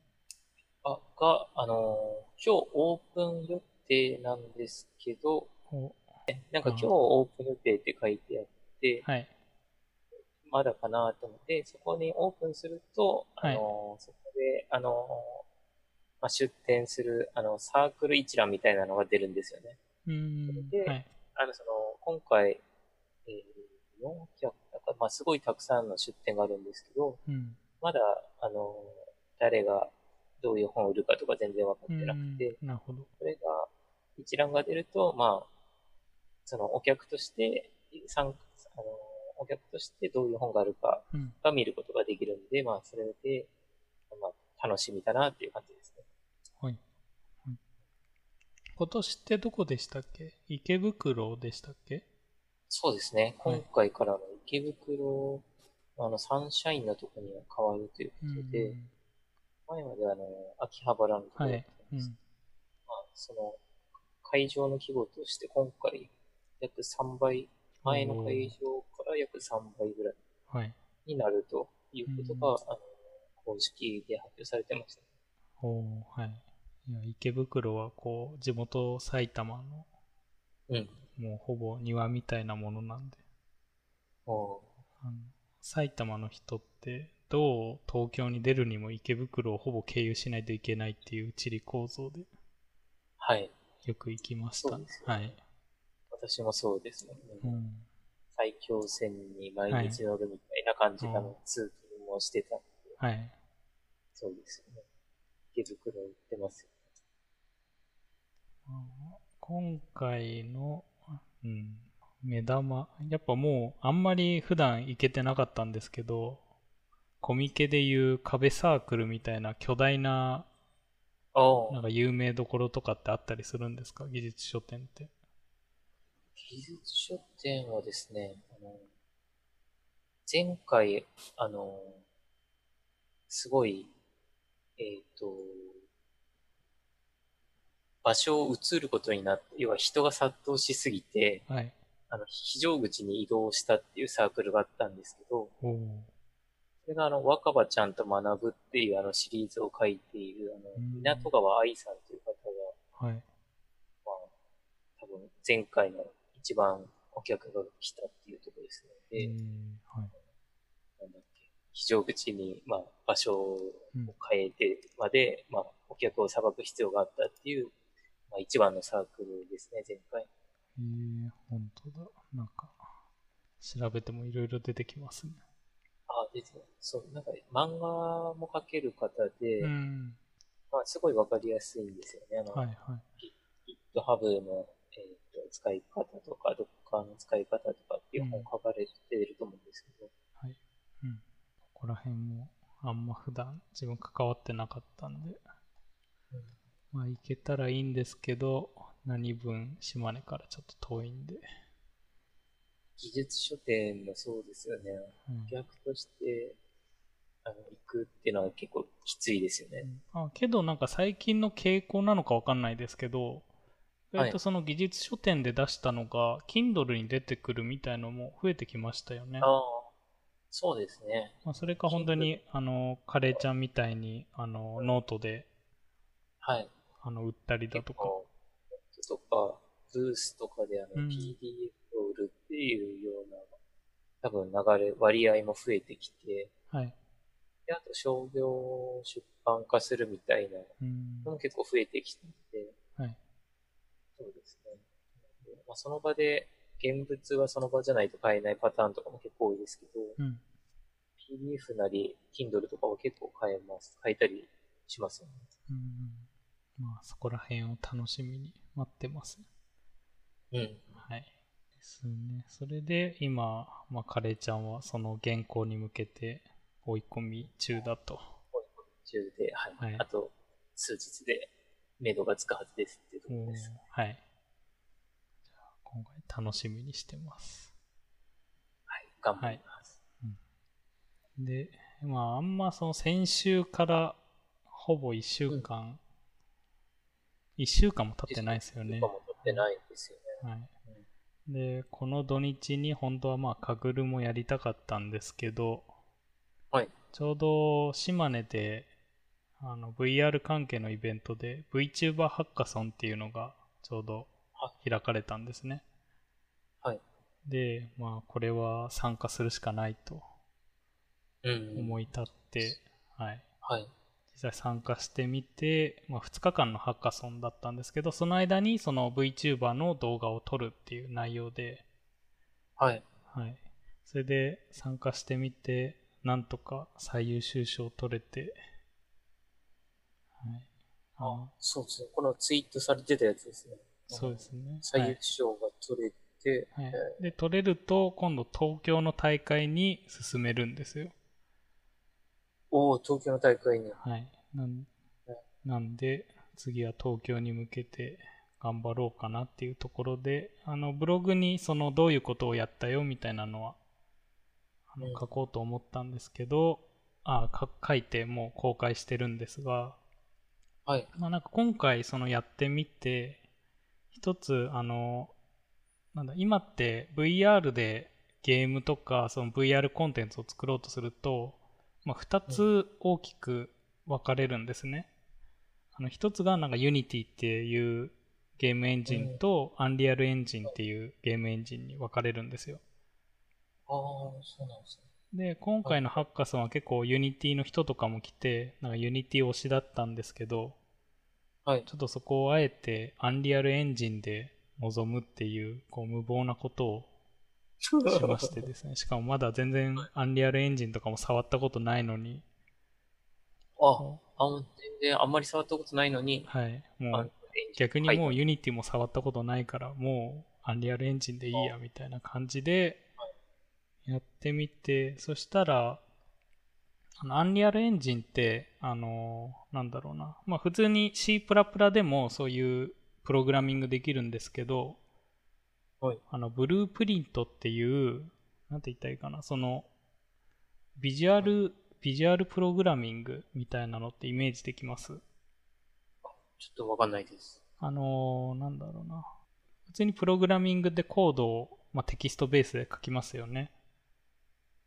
Speaker 2: あ、が、あのー今日オープン予定なんですけど、
Speaker 1: お
Speaker 2: なんか今日オープン予定って書いてあって、
Speaker 1: はい。
Speaker 2: まだかなと思って、そこにオープンすると、あのー
Speaker 1: はい
Speaker 2: そこで、あのーまあ、出展する、あの、サークル一覧みたいなのが出るんですよね。
Speaker 1: うーん。
Speaker 2: で
Speaker 1: はい。
Speaker 2: あの、その、今回、えー、400、なんか、まあ、すごいたくさんの出展があるんですけど、
Speaker 1: うん。
Speaker 2: まだ、あのー誰が、どういう本を売るかとか全然わかってなくて、
Speaker 1: うんなるほど。
Speaker 2: それが、一覧が出ると、まあ、そのお客として、参あの、お客としてどういう本があるか
Speaker 1: うん。
Speaker 2: が見ることができるんで、まあ、それで、まあ、楽しみだなっていう感じですね。
Speaker 1: はい。はい今年ってどこでしたっけ池袋でしたっけ
Speaker 2: そうですね。
Speaker 1: はい
Speaker 2: 今回からの池袋、あの、サンシャインのとこには変わるということで、前まであの、秋葉原のと
Speaker 1: は
Speaker 2: ころだっ
Speaker 1: い。
Speaker 2: た
Speaker 1: うん
Speaker 2: です、
Speaker 1: ん。
Speaker 2: まあ、その、会場の規模として今回、約3倍、前の会場から約3倍ぐらい。
Speaker 1: はい。
Speaker 2: になるということが、
Speaker 1: う
Speaker 2: あの公式で発表されてました。
Speaker 1: おおはい。いや、池袋はこう、地元埼玉の、
Speaker 2: うん。
Speaker 1: もうほぼ庭みたいなものなんで、
Speaker 2: お
Speaker 1: あの埼玉の人って、どう東京に出るにも池袋をほぼ経由しないといけないっていう地理構造で、
Speaker 2: はい。
Speaker 1: よく行きました
Speaker 2: そう
Speaker 1: ね
Speaker 2: です。よね
Speaker 1: はい。
Speaker 2: 私もそうですもんね。
Speaker 1: うん。
Speaker 2: 最強線に毎日乗るみたいな感じな
Speaker 1: はいう
Speaker 2: の
Speaker 1: ん
Speaker 2: 通勤もしてたんで、
Speaker 1: はい。
Speaker 2: そうですよね。池袋行ってますよ。
Speaker 1: あ今回の、うん、目玉、やっぱもうあんまり普段行けてなかったんですけど、コミケでいう壁サークルみたいな巨大な
Speaker 2: あ
Speaker 1: なん
Speaker 2: あ、
Speaker 1: か有名どころとかってあったりするんですか技術書店って。
Speaker 2: 技術書店はですね、あの前回、あの、すごい、えっ、と、場所を移ることになって、要は人が殺到しすぎて、
Speaker 1: はい。
Speaker 2: あの、非常口に移動したっていうサークルがあったんですけど、
Speaker 1: おお。
Speaker 2: それがあの、若葉ちゃんと学ぶっていうあのシリーズを書いている、あの、
Speaker 1: うん
Speaker 2: 港川愛さんという方が、
Speaker 1: はい。
Speaker 2: まあ、多分前回の一番お客が来たっていうところですので、
Speaker 1: えーはい。
Speaker 2: なんだっけ、非常口に、まあ、場所を
Speaker 1: うん
Speaker 2: 変えてまで、まあ、お客を裁く必要があったっていう、まあ、一番のサークルですね、前回。
Speaker 1: えー、本当だ。なんか、調べてもいろいろ出てきますね。
Speaker 2: あ、ですね。そう、なんか漫画も描ける方で、
Speaker 1: うん。
Speaker 2: まあ、すごいわかりやすいんですよね。あの、
Speaker 1: はいはい。
Speaker 2: GitHub の、えーと使い方とか、Docker の使い方とかっていう本を書かれてると思うんですけど、
Speaker 1: うん。ここら辺もあんま普段自分関わってなかったんで、
Speaker 2: うん
Speaker 1: まあ行けたらいいんですけど、何分島根からちょっと遠いんで。
Speaker 2: 技術書店もそうですよね。
Speaker 1: うん
Speaker 2: 逆として、あの、行くっていうのは結構きついですよね。
Speaker 1: あけどなんか最近の傾向なのかわかんないですけど、意
Speaker 2: はい
Speaker 1: 外とその技術書店で出したのが、Kindle に出てくるみたいのも増えてきましたよね。
Speaker 2: ああ、そうですね。
Speaker 1: まあ、それか本当に、あの、カレーちゃんみたいに、あの、ノートで、
Speaker 2: はい。
Speaker 1: あの、売ったりだ
Speaker 2: 結
Speaker 1: とか。
Speaker 2: 構、ネットとか、ブースとかであ
Speaker 1: う
Speaker 2: の、
Speaker 1: ん
Speaker 2: PDF を売るっていうような、多分流れ、割合も増えてきて、
Speaker 1: はい。
Speaker 2: で、あと商業出版化するみたいな
Speaker 1: うん
Speaker 2: の。も結構増えてきてて、
Speaker 1: はい。
Speaker 2: そうですね。まあ、その場で、現物はその場じゃないと買えないパターンとかも結構多いですけど、
Speaker 1: うん。
Speaker 2: PDF なり、Kindle とかは結構買えます。買えたりしますよね。
Speaker 1: うんまあそこら辺を楽しみに。待ってます。
Speaker 2: うん。
Speaker 1: はい。ですね。それで今、まあ、カレーちゃんはその原稿に向けて追い込み中だと。
Speaker 2: 中で、はい。
Speaker 1: はい
Speaker 2: あと、数日で、目処がつくはずですっていうところです。
Speaker 1: はい。じゃあ今回楽しみにしてます。
Speaker 2: はい。頑張ります。
Speaker 1: で、まあ、あんまその先週からほぼ1週間、一1週間も経ってないですよね
Speaker 2: 許。可も取ってないんですよね。
Speaker 1: はい、で、この土日に本当はまあ、カグルもやりたかったんですけど、
Speaker 2: はい。
Speaker 1: ちょうど島根であの VR 関係のイベントで VTuber ハッカソンっていうのがちょうど開かれたんですね。
Speaker 2: はい。
Speaker 1: で、まあこれは参加するしかないと
Speaker 2: うん
Speaker 1: 思い立って、はい。
Speaker 2: はい。
Speaker 1: 実際参加してみて、まあ、2日間のハッカソンだったんですけど、その間にその VTuber の動画を撮るっていう内容で、
Speaker 2: はい。
Speaker 1: はい。それで参加してみて、なんとか最優秀賞を取れて、はい。あ
Speaker 2: あ、そうですね。このツイートされてたやつですね。
Speaker 1: そうですね。
Speaker 2: 最優賞が取れて、
Speaker 1: はいはいで、取れると、今度東京の大会に進めるんですよ。
Speaker 2: おお、東京の大会に。
Speaker 1: はい。なんなんで、次は東京に向けて頑張ろうかなっていうところで、あの、ブログにその、どういうことをやったよみたいなのは、あの
Speaker 2: うん
Speaker 1: 書こうと思ったんですけど、あか書いてもう公開してるんですが、
Speaker 2: はい。
Speaker 1: まあ、なんか今回そのやってみて一つあのなんだ今って VR でゲームとかその VR コンテンツを作ろうとすると、まあ、2つ大きく分かれるんですね、あの1つがなんか Unity っていうゲームエンジンと Unreal エンジンっていうゲームエンジンに分かれるんですよ
Speaker 2: ああ、そうなんですね。
Speaker 1: で今回のハッカソンは結構 Unity の人とかも来てなんか Unity 推しだったんですけど
Speaker 2: はい。
Speaker 1: ちょっとそこをあえてアンリアルエンジンで臨むっていうこう無謀なことを
Speaker 2: し
Speaker 1: しまして。ですね。しかもまだ全然アンリアルエンジンとかも触ったことないのに、
Speaker 2: あ、
Speaker 1: は
Speaker 2: あの、全然あんまり触ったことないのに、
Speaker 1: い、も
Speaker 2: あ
Speaker 1: う逆にもう
Speaker 2: はい
Speaker 1: ユニティも触ったことないから、もうアンリアルエンジンでいいやみたいな感じでやってみて、そしたら、あのアンリアルエンジンって、あのなんだろうな、まあ普通に C++ でもそういうプログラミングできるんですけど、
Speaker 2: はい
Speaker 1: あのブループリントっていう、なんて言ったらいいかな、そのビジュアル、ビジュアルプログラミングみたいなのってイメージできます
Speaker 2: ちょっとわかんないです。
Speaker 1: あのーなんだろうな。普通にプログラミングでコードを、まあ、テキストベースで書きますよね。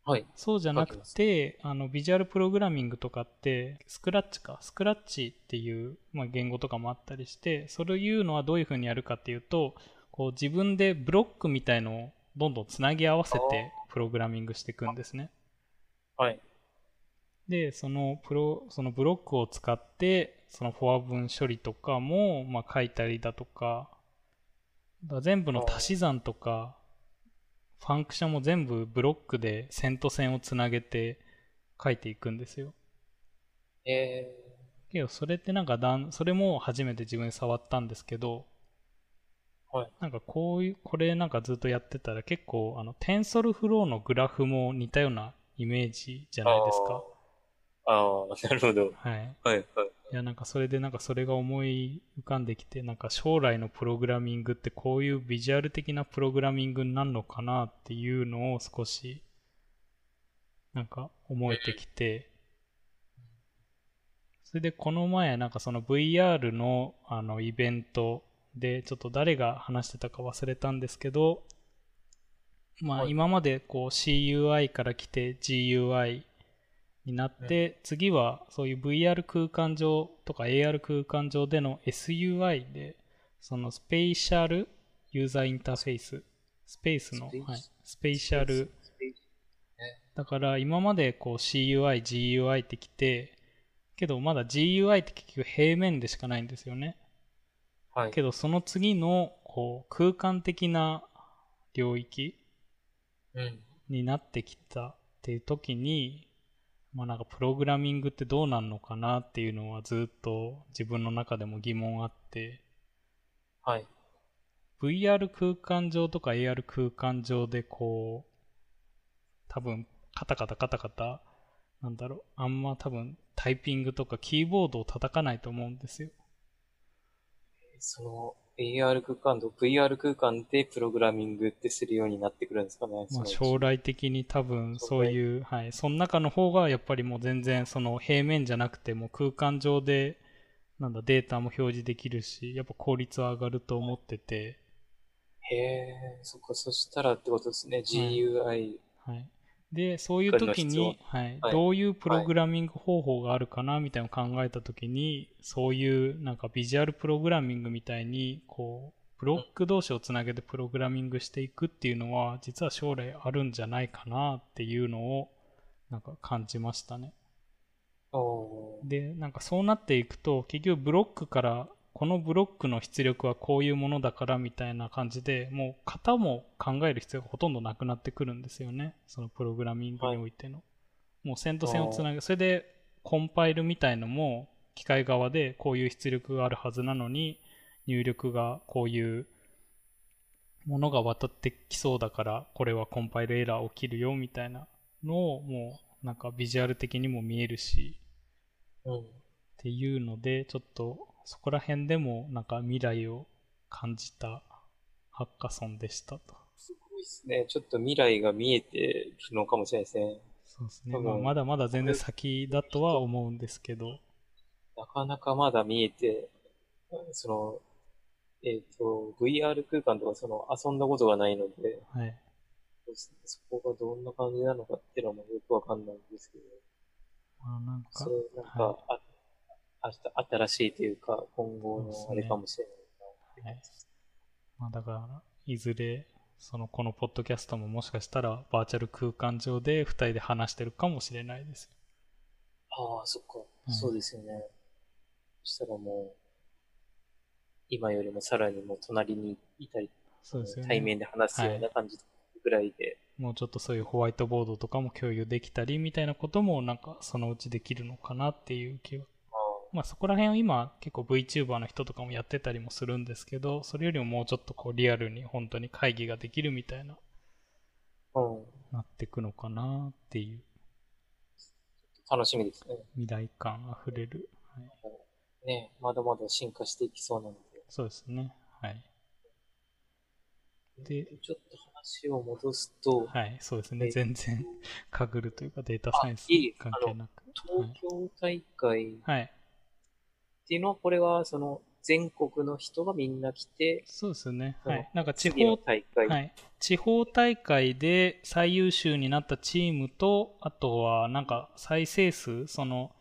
Speaker 2: はい。
Speaker 1: そうじゃなく
Speaker 2: 書きま
Speaker 1: て、あの、ビジュアルプログラミングとかって、スクラッチか、スクラッチっていう、まあ、言語とかもあったりして、それを言うのはどういうふうにやるかっていうと、こう自分でブロックみたいのをどんどんつなぎ合わせてプログラミングしていくんですね。
Speaker 2: はい。
Speaker 1: でそのプロそのブロックを使ってそのフォア分処理とかも、まあ、書いたりだとかだから全部の足し算とかファンクションも全部ブロックで線と線をつなげて書いていくんですよ
Speaker 2: え
Speaker 1: けどそれってなんかだんそれも初めて自分で触ったんですけど、
Speaker 2: はい
Speaker 1: なんかこういうこれなんかずっとやってたら結構あのテンソルフローのグラフも似たようなイメージじ
Speaker 2: ー、
Speaker 1: ゃないですか
Speaker 2: あーあー、なるほど。
Speaker 1: はい
Speaker 2: はい、はい。
Speaker 1: いやなんかそれでなんかそれが思い浮かんできてなんか将来のプログラミングってこういうビジュアル的なプログラミングになるのかなっていうのを少しなんか思えてきてそれでこの前なんかその VR のあのイベントでちょっと誰が話してたか忘れたんですけどまあ
Speaker 2: はい
Speaker 1: 今までこう CUI から来て GUI になって、次はそういう VR 空間上とか AR 空間上での SUI でそのスペーシャルユーザーインターフェイススペースの
Speaker 2: スペース
Speaker 1: はい、スペーシャル
Speaker 2: スペース。
Speaker 1: だから今までこう CUI、GUI ってきてけどまだ GUI って結局平面でしかないんですよね
Speaker 2: はい。
Speaker 1: けどその次のこう空間的な領域
Speaker 2: うん。
Speaker 1: になってきたっていう時に、まあ、なんかプログラミングってどうなんのかなっていうのはずっと自分の中でも疑問あって
Speaker 2: はい。
Speaker 1: VR 空間上とか AR 空間上でこう多分カタカタカタカタなんだろうあんま多分タイピングとかキーボードを叩かないと思うんですよ
Speaker 2: その AR 空間と VR 空間でプログラミングってするようになってくるんですかね。
Speaker 1: まあ、
Speaker 2: その
Speaker 1: 将
Speaker 2: うち
Speaker 1: 来的に多分そういう、はい、その中の方がやっぱりもう全然その平面じゃなくてもう空間上でなんだデータも表示できるしやっぱ効率は上がると思ってて、
Speaker 2: へえ、そっか、そしたらってことですね。GUI。
Speaker 1: はい、でそういう時に、はい
Speaker 2: はい
Speaker 1: どういうプログラミング方法があるかなみたいなのを考えた時にそういうなんかビジュアルプログラミングみたいにこうブロック同士をつなげてプログラミングしていくっていうのは実は将来あるんじゃないかなっていうのをなんか感じましたね。
Speaker 2: おー
Speaker 1: でなんかそうなっていくと結局ブロックからこのブロックの出力はこういうものだからみたいな感じでもう型も考える必要がほとんどなくなってくるんですよねそのプログラミングにおいての、もう線と線をつなげそれでコンパイルみたいのも機械側でこういう出力があるはずなのに入力がこういうものが渡ってきそうだからこれはコンパイルエラー起きるよみたいなのをもうなんかビジュアル的にも見えるし
Speaker 2: うん。
Speaker 1: っていうのでちょっとそこら辺でもなんか未来を感じたハッカソンでしたと
Speaker 2: すごいですね。ちょっと未来が見えてるのかもしれないですね。
Speaker 1: そうですね、
Speaker 2: 多分
Speaker 1: まあ、まだまだ全然先だとは思うんですけど
Speaker 2: なかなかまだ見えて、その、えっ、と、VR 空間とかその遊んだことがないので、
Speaker 1: はい
Speaker 2: そうですねそこがどんな感じなのかっていうのもよくわかんないんですけど、
Speaker 1: まあなんか
Speaker 2: それなんか、
Speaker 1: は
Speaker 2: ああした新しいというか、今後のあれかもしれないな
Speaker 1: はいまあ、だからいずれそのこのポッドキャストももしかしたらバーチャル空間上で2人で話してるかもしれないです
Speaker 2: ああ、そっか、
Speaker 1: い
Speaker 2: そうですよね。そしたらもう、今よりもさらにもう隣にいたり、
Speaker 1: そうですよね
Speaker 2: 対面で話すような感じぐらいで、
Speaker 1: もうちょっとそういうホワイトボードとかも共有できたりみたいなこともなんかそのうちできるのかなっていう気は
Speaker 2: ああ
Speaker 1: まあ、そこら辺を今結構 VTuber の人とかもやってたりもするんですけどそれよりももうちょっとこうリアルに本当に会議ができるみたいな
Speaker 2: うん、
Speaker 1: なってくのかなっていう
Speaker 2: 楽しみですね。
Speaker 1: 未来感あふれる、はい、
Speaker 2: ね、まだまだ進化していきそうなので。
Speaker 1: そうですねはいで
Speaker 2: ちょっと話を戻すと、
Speaker 1: はいそうです
Speaker 2: え
Speaker 1: ね
Speaker 2: っと
Speaker 1: 全 然かぐるというかデータサイエンス
Speaker 2: あいい
Speaker 1: 関係なく
Speaker 2: 東京大会っ
Speaker 1: はい、はい、
Speaker 2: ていうのは、これはその全国の人がみんな来て、
Speaker 1: そうですね
Speaker 2: その
Speaker 1: はいなんか地
Speaker 2: 次の
Speaker 1: 方
Speaker 2: 大会。
Speaker 1: はい、地方大会で最優秀になったチームとあとはなんか再生数その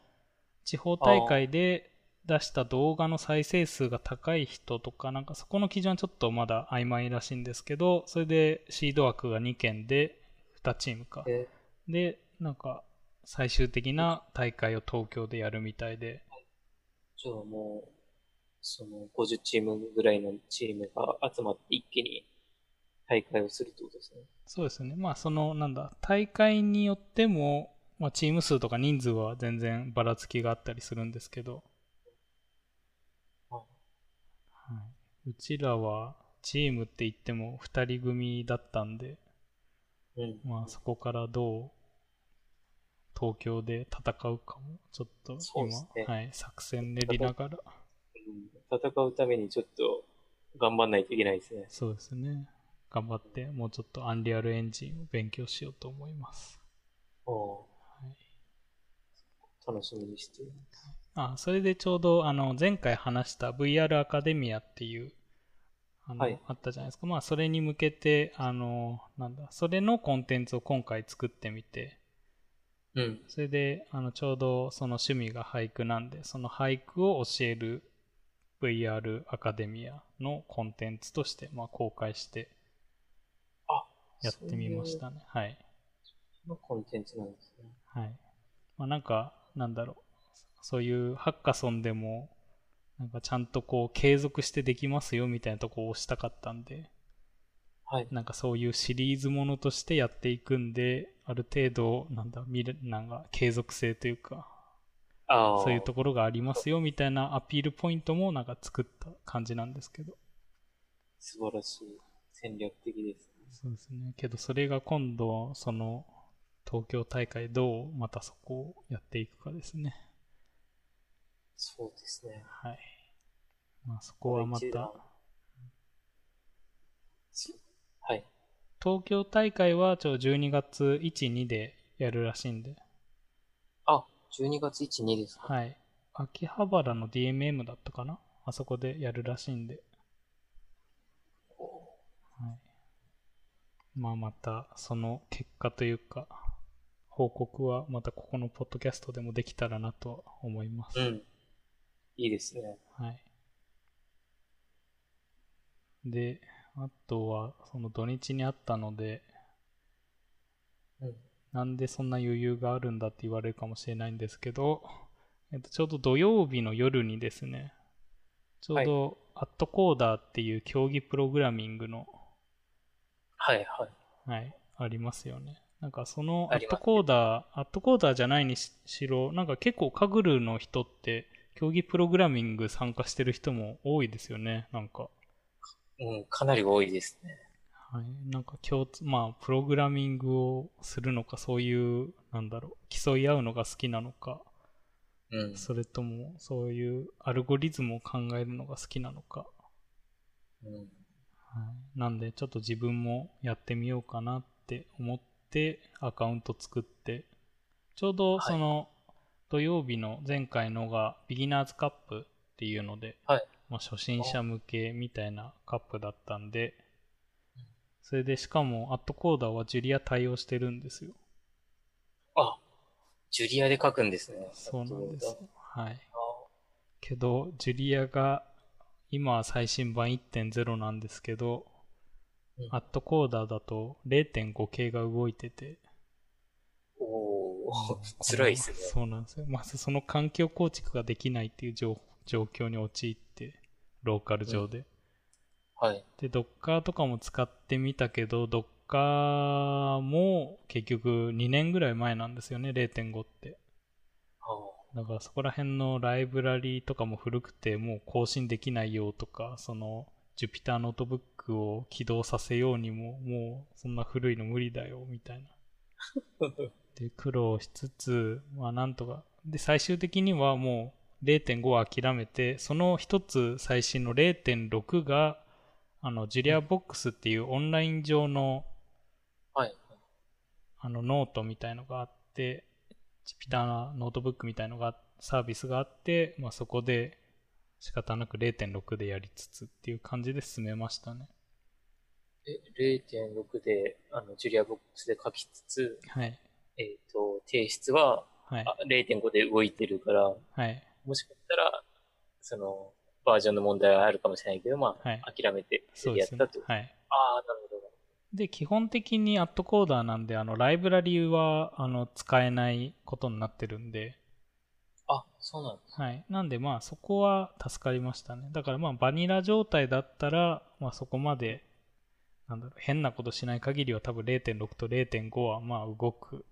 Speaker 1: 地方大会で出した動画の再生数が高い人とかなんかそこの基準はちょっとまだ曖昧らしいんですけどそれでシード枠が2件で2チームか
Speaker 2: え
Speaker 1: でなんか最終的な大会を東京でやるみたいで
Speaker 2: じゃあもう、その50チームぐらいのチームが集まって一気に大会をするってことですね。
Speaker 1: そうですねまあそのなんだ大会によっても、まあ、チーム数とか人数は全然ばらつきがあったりするんですけど
Speaker 2: あ
Speaker 1: はいうちらはチームって言っても2人組だったんで、
Speaker 2: うん。
Speaker 1: まあ、そこからどう東京で戦うかもちょっと
Speaker 2: そう
Speaker 1: 今、
Speaker 2: ですね
Speaker 1: はい、作戦練りながら
Speaker 2: うん戦うためにちょっと頑張んないといけないですね。
Speaker 1: そうですね頑張ってもうちょっとアンリアルエンジンを勉強しようと思います
Speaker 2: おう
Speaker 1: い
Speaker 2: 楽しみにして。
Speaker 1: あそれでちょうどあの前回話した VR アカデミアっていうあの、
Speaker 2: はい
Speaker 1: あったじゃないですか、まあ、それに向けてあのなんだそれのコンテンツを今回作ってみて
Speaker 2: うん。
Speaker 1: それであのちょうどその趣味が俳句なんでその俳句を教える VR アカデミアのコンテンツとして、まあ、公開して
Speaker 2: あ
Speaker 1: やってみまし。たねはい
Speaker 2: のコンテンツなんですね。
Speaker 1: はい。まあ、なんか、なんだろう。そういうハッカソンでも、なんかちゃんとこう継続してできますよみたいなとこを押したかったんで、
Speaker 2: はい。
Speaker 1: なんかそういうシリーズものとしてやっていくんで、ある程度、なんだ、見る、なんか継続性というか、
Speaker 2: ああ。
Speaker 1: そういうところがありますよみたいなアピールポイントもなんか作った感じなんですけど。
Speaker 2: 素晴らしい。戦略的ですね。
Speaker 1: そうですね。けどそれが今度、その東京大会どうまたそこをやっていくかですね。
Speaker 2: そうですね。
Speaker 1: はい。まあそこはま
Speaker 2: 一
Speaker 1: た
Speaker 2: 覧。しはい。
Speaker 1: 東京大会はちょ12月1、2でやるらしいんで。
Speaker 2: あ、12月1、2ですか。
Speaker 1: はい。秋葉原の DMM だったかなあそこでやるらしいんで。はい。まあまた、その結果というか、報告はまたここのポッドキャストでもできたらなとは思います。
Speaker 2: うん。いいですね。
Speaker 1: はい。で、あとは、その土日にあったので、
Speaker 2: うん。
Speaker 1: なんでそんな余裕があるんだって言われるかもしれないんですけど、えっと、ちょうど土曜日の夜にですね、ちょうどアットコーダーっていう競技プログラミングの、
Speaker 2: はいはい。
Speaker 1: はい、ありますよね。なんかそのア
Speaker 2: あり
Speaker 1: ッ
Speaker 2: ます
Speaker 1: トコーダー、アットコーダーじゃないにししろ、なんか結構カグルの人って競技プログラミング参加してる人も多いですよね、なんか。
Speaker 2: うん、かなり多いですね。
Speaker 1: はい、なんか共通、まあ、プログラミングをするのか、そういう、なんだろう、競い合うのが好きなのか、
Speaker 2: うん。
Speaker 1: それともそういうアルゴリズムを考えるのが好きなのか、
Speaker 2: うん、
Speaker 1: はい、なんでちょっと自分もやってみようかなって思ってアカウント作ってちょうどその土曜日の前回のがビギナーズカップっていうので、
Speaker 2: はい
Speaker 1: まあ、初心者向けみたいなカップだったんでそれでしかもアットコーダーはジュリア対応してるんですよ
Speaker 2: あ、ジュリアで書くんですね。
Speaker 1: そうなんですよはい
Speaker 2: あ
Speaker 1: けど、ジュリアが今は最新版1.0なんですけど、
Speaker 2: うん
Speaker 1: アットコーダーだと 0.5K が動いてて、
Speaker 2: おー、 辛いですね。
Speaker 1: そうなんですよ。まずその環境構築ができないっていう状状況に陥って、ローカル上で。
Speaker 2: はい。
Speaker 1: で、Docker とかも使ってみたけど、Docker も結局2年ぐらい前なんですよね、0.5って。
Speaker 2: あー
Speaker 1: だからそこら辺のライブラリーとかも古くてもう更新できないよとかその Jupyter ノートブックを起動させようにももうそんな古いの無理だよみたいなで苦労しつつまあなんとかで最終的にはもう0.5は諦めてその一つ最新の0.6があのジュリアボックスっていうオンライン上の
Speaker 2: はい。
Speaker 1: あのノートみたいのがあって、ジピターノートブックみたいのが、サービスがあって、まあ、そこで仕方なく0.6でやりつつっていう感じで進めましたね。
Speaker 2: え、0.6で、あの、ジュリアボックスで書きつつ、
Speaker 1: はい。
Speaker 2: えっ、と、提出は、
Speaker 1: はい。
Speaker 2: あ0.5で動いてるから、
Speaker 1: はい。
Speaker 2: もしかしたら、その、バージョンの問題はあるかもしれないけど、まあ、
Speaker 1: はい
Speaker 2: 諦めて
Speaker 1: そうで
Speaker 2: やっ
Speaker 1: す
Speaker 2: た
Speaker 1: ね
Speaker 2: と。。
Speaker 1: はい。
Speaker 2: ああ、なるほど。
Speaker 1: で、基本的にアットコーダーなんで、あの、ライブラリーは、あの、使えないことになってるんで、
Speaker 2: あ、そうなんです。
Speaker 1: はい。なんで、まあ、そこは助かりましたね。だから、まあ、バニラ状態だったら、まあ、そこまで、なんだろう、変なことしない限りは、多分0.6と0.5は、まあ、動く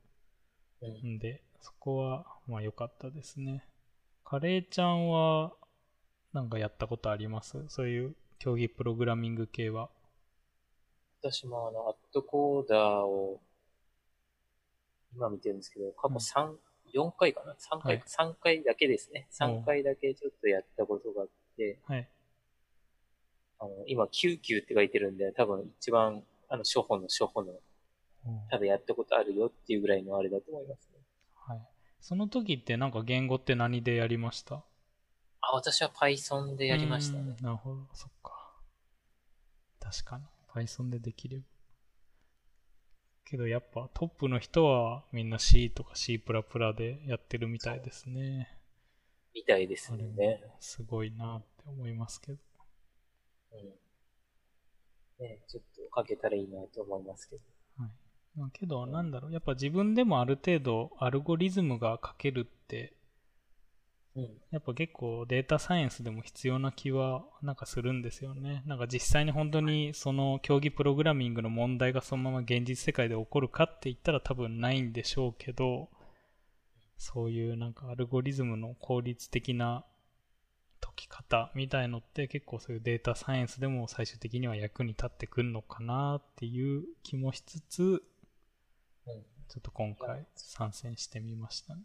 Speaker 2: うん。
Speaker 1: んで、そこは、まあ、良かったですね。カレーちゃんは、なんかやったことありますそういう競技プログラミング系は。
Speaker 2: 私もあの、アットコーダーを、今見てるんですけど、過去3、4回かな ?3
Speaker 1: は
Speaker 2: 回
Speaker 1: い
Speaker 2: か、3回だけですね。
Speaker 1: お
Speaker 2: 3回だけちょっとやったことがあって、
Speaker 1: はい。
Speaker 2: あの、今、99って書いてるんで、多分一番、あの、初歩の初歩の、多分やったことあるよっていうぐらいのあれだと思いますね。
Speaker 1: はい。その時って、なんか言語って何でやりました
Speaker 2: あ、私は Python でやりましたね。
Speaker 1: うんなるほど、そっか。確かに。Python でできる。けどやっぱトップの人はみんな C とか C++ でやってるみたいですね。
Speaker 2: みたいですよね。
Speaker 1: すごいなって思いますけど。
Speaker 2: うん。ねちょっとかけたらいいなと思いますけど。
Speaker 1: はい、まあけどなんだろう、やっぱ自分でもある程度アルゴリズムが書けるって、
Speaker 2: うん。
Speaker 1: やっぱ結構データサイエンスでも必要な気はなんかするんですよね。なんか実際に本当にその競技プログラミングの問題がそのまま現実世界で起こるかって言ったら多分ないんでしょうけど、そういうなんかアルゴリズムの効率的な解き方みたいのって結構そういうデータサイエンスでも最終的には役に立ってくんのかなっていう気もしつつ、
Speaker 2: うん
Speaker 1: ちょっと今回参戦してみましたね。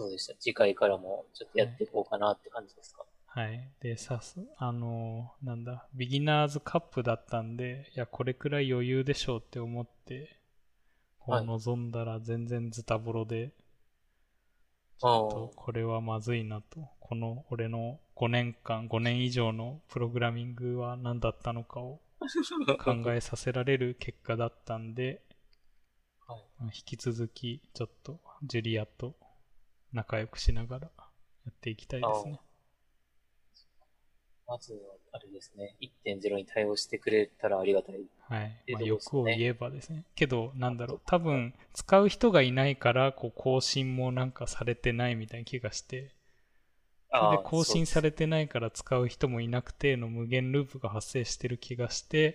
Speaker 2: どうでした次回からもちょっとやっていこうかなって感じですか、
Speaker 1: はい。で、さす、あのーなんだ、ビギナーズカップだったんで、いや、これくらい余裕でしょうって思って、こ
Speaker 2: は
Speaker 1: う
Speaker 2: い
Speaker 1: 望んだら全然ズタボロで、ちょっとこれはまずいなと、この俺の5年間、5年以上のプログラミングは何だったのかを 考えさせられる結果だったんで、
Speaker 2: はい
Speaker 1: まあ引き続きちょっとジュリアと仲良くしながらやっていきたいですね。
Speaker 2: まずは、あれですね、1.0に対応してくれたらありがたい。
Speaker 1: はい
Speaker 2: ていう
Speaker 1: まあ、
Speaker 2: とこです
Speaker 1: 欲
Speaker 2: ね
Speaker 1: を言えばですね。けど、なんだろう、多分使う人がいないからこう更新もなんかされてないみたいな気がして、それで更新さ
Speaker 2: れ
Speaker 1: れてないから使う人もいなくての無限ループが発生してる気がして、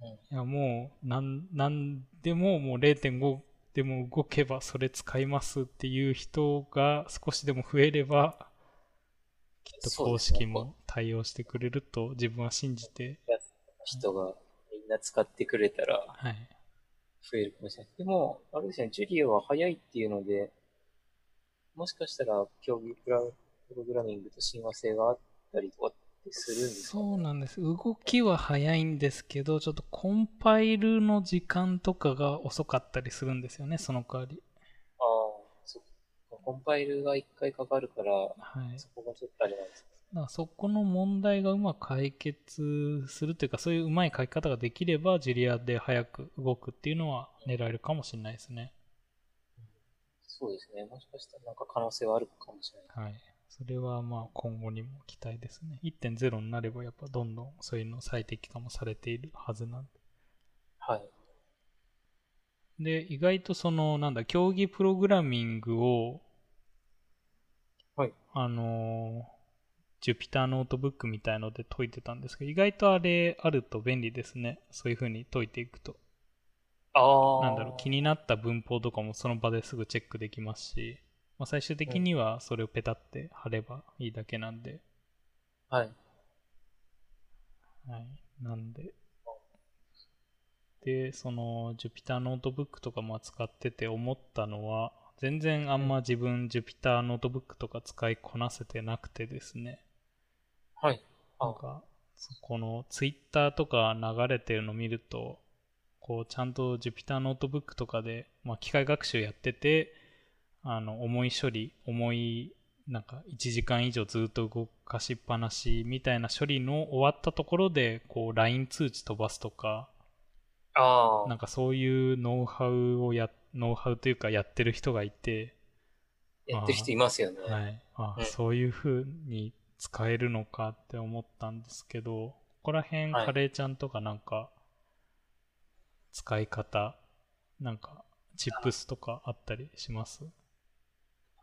Speaker 2: うん
Speaker 1: いやもうなんなんでももう0.5でも動けばそれ使いますっていう人が少しでも増えればきっと公式も対応してくれると自分は信じて、
Speaker 2: 人がみんな使ってくれたら
Speaker 1: はい、
Speaker 2: 増えるかもしれない。でも、あれですね、ジュリアは早いっていうので、もしかしたら競技プラプログラミングと親和性があったりとかってするんですか
Speaker 1: そうなんです動きは早いんですけどちょっとコンパイルの時間とかが遅かったりするんですよねその代わり、
Speaker 2: ああ、そっか。コンパイルが一回かかるから、
Speaker 1: はい、
Speaker 2: そこがちょっとあれなんです
Speaker 1: だからそこの問題がうまく解決するというかそういううまい書き方ができればジュリアで早く動くっていうのは狙えるかもしれないですね、
Speaker 2: そうですね。もしかしたらなんか可能性はあるかもしれない。
Speaker 1: はい、それはまあ今後にも期待ですね1.0になればやっぱどんどんそういうの最適化もされているはずなん
Speaker 2: はい。
Speaker 1: でで意外とそのなんだ競技プログラミングを
Speaker 2: はい
Speaker 1: あのージュピターノートブックみたいので解いてたんですけど意外とあれあると便利ですねそういうふうに解いていくと
Speaker 2: ああ。
Speaker 1: なんだろう気になった文法とかもその場ですぐチェックできますし、まあ、最終的にはそれをペタって貼ればいいだけなんで、
Speaker 2: はい。
Speaker 1: はい、なんででその Jupyter ノートブックとかも使ってて思ったのは全然あんま自分 Jupyter ノートブックとか使いこなせてなくてですね、
Speaker 2: はい。あ
Speaker 1: なんか、そこのツイッターとか流れてるの見ると、こう、ちゃんと Jupyter ノートブックとかで、まあ、機械学習やってて、あの、重い処理、重い、なんか、1時間以上ずっと動かしっぱなしみたいな処理の終わったところで、こう、LINE 通知飛ばすとか、
Speaker 2: あ
Speaker 1: なん
Speaker 2: あ。
Speaker 1: かそういうノウハウをや、ノウハウというかやってる人がいて、
Speaker 2: やってる人いますよね。
Speaker 1: はい、あ
Speaker 2: うん
Speaker 1: そういう風に使えるのかって思ったんですけど、ここら辺、
Speaker 2: はい
Speaker 1: カレーちゃんとかなんか、使い方、なんか、チップスとかあったりします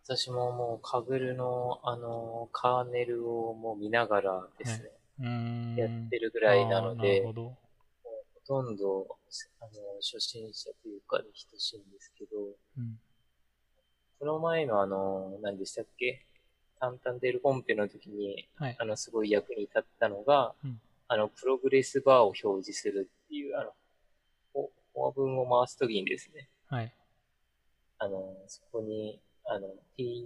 Speaker 2: 私ももう、カグルの、あのー、カーネルをもう見ながらですね、
Speaker 1: うーん。
Speaker 2: やって
Speaker 1: る
Speaker 2: るぐらいなの
Speaker 1: な
Speaker 2: で、
Speaker 1: るほ
Speaker 2: ほ
Speaker 1: ど。
Speaker 2: とんど、あのー、初心者というかに等しいんですけど、
Speaker 1: うん。
Speaker 2: この前のあのー、何でしたっけタンタンデルコンペの時に、
Speaker 1: はい
Speaker 2: あ。の、すごい役に立ったのが、
Speaker 1: うん
Speaker 2: あの、プログレスバーを表示するっていう、あの、フォア文を回すときにですね、
Speaker 1: はい。
Speaker 2: あの、そこに、あの、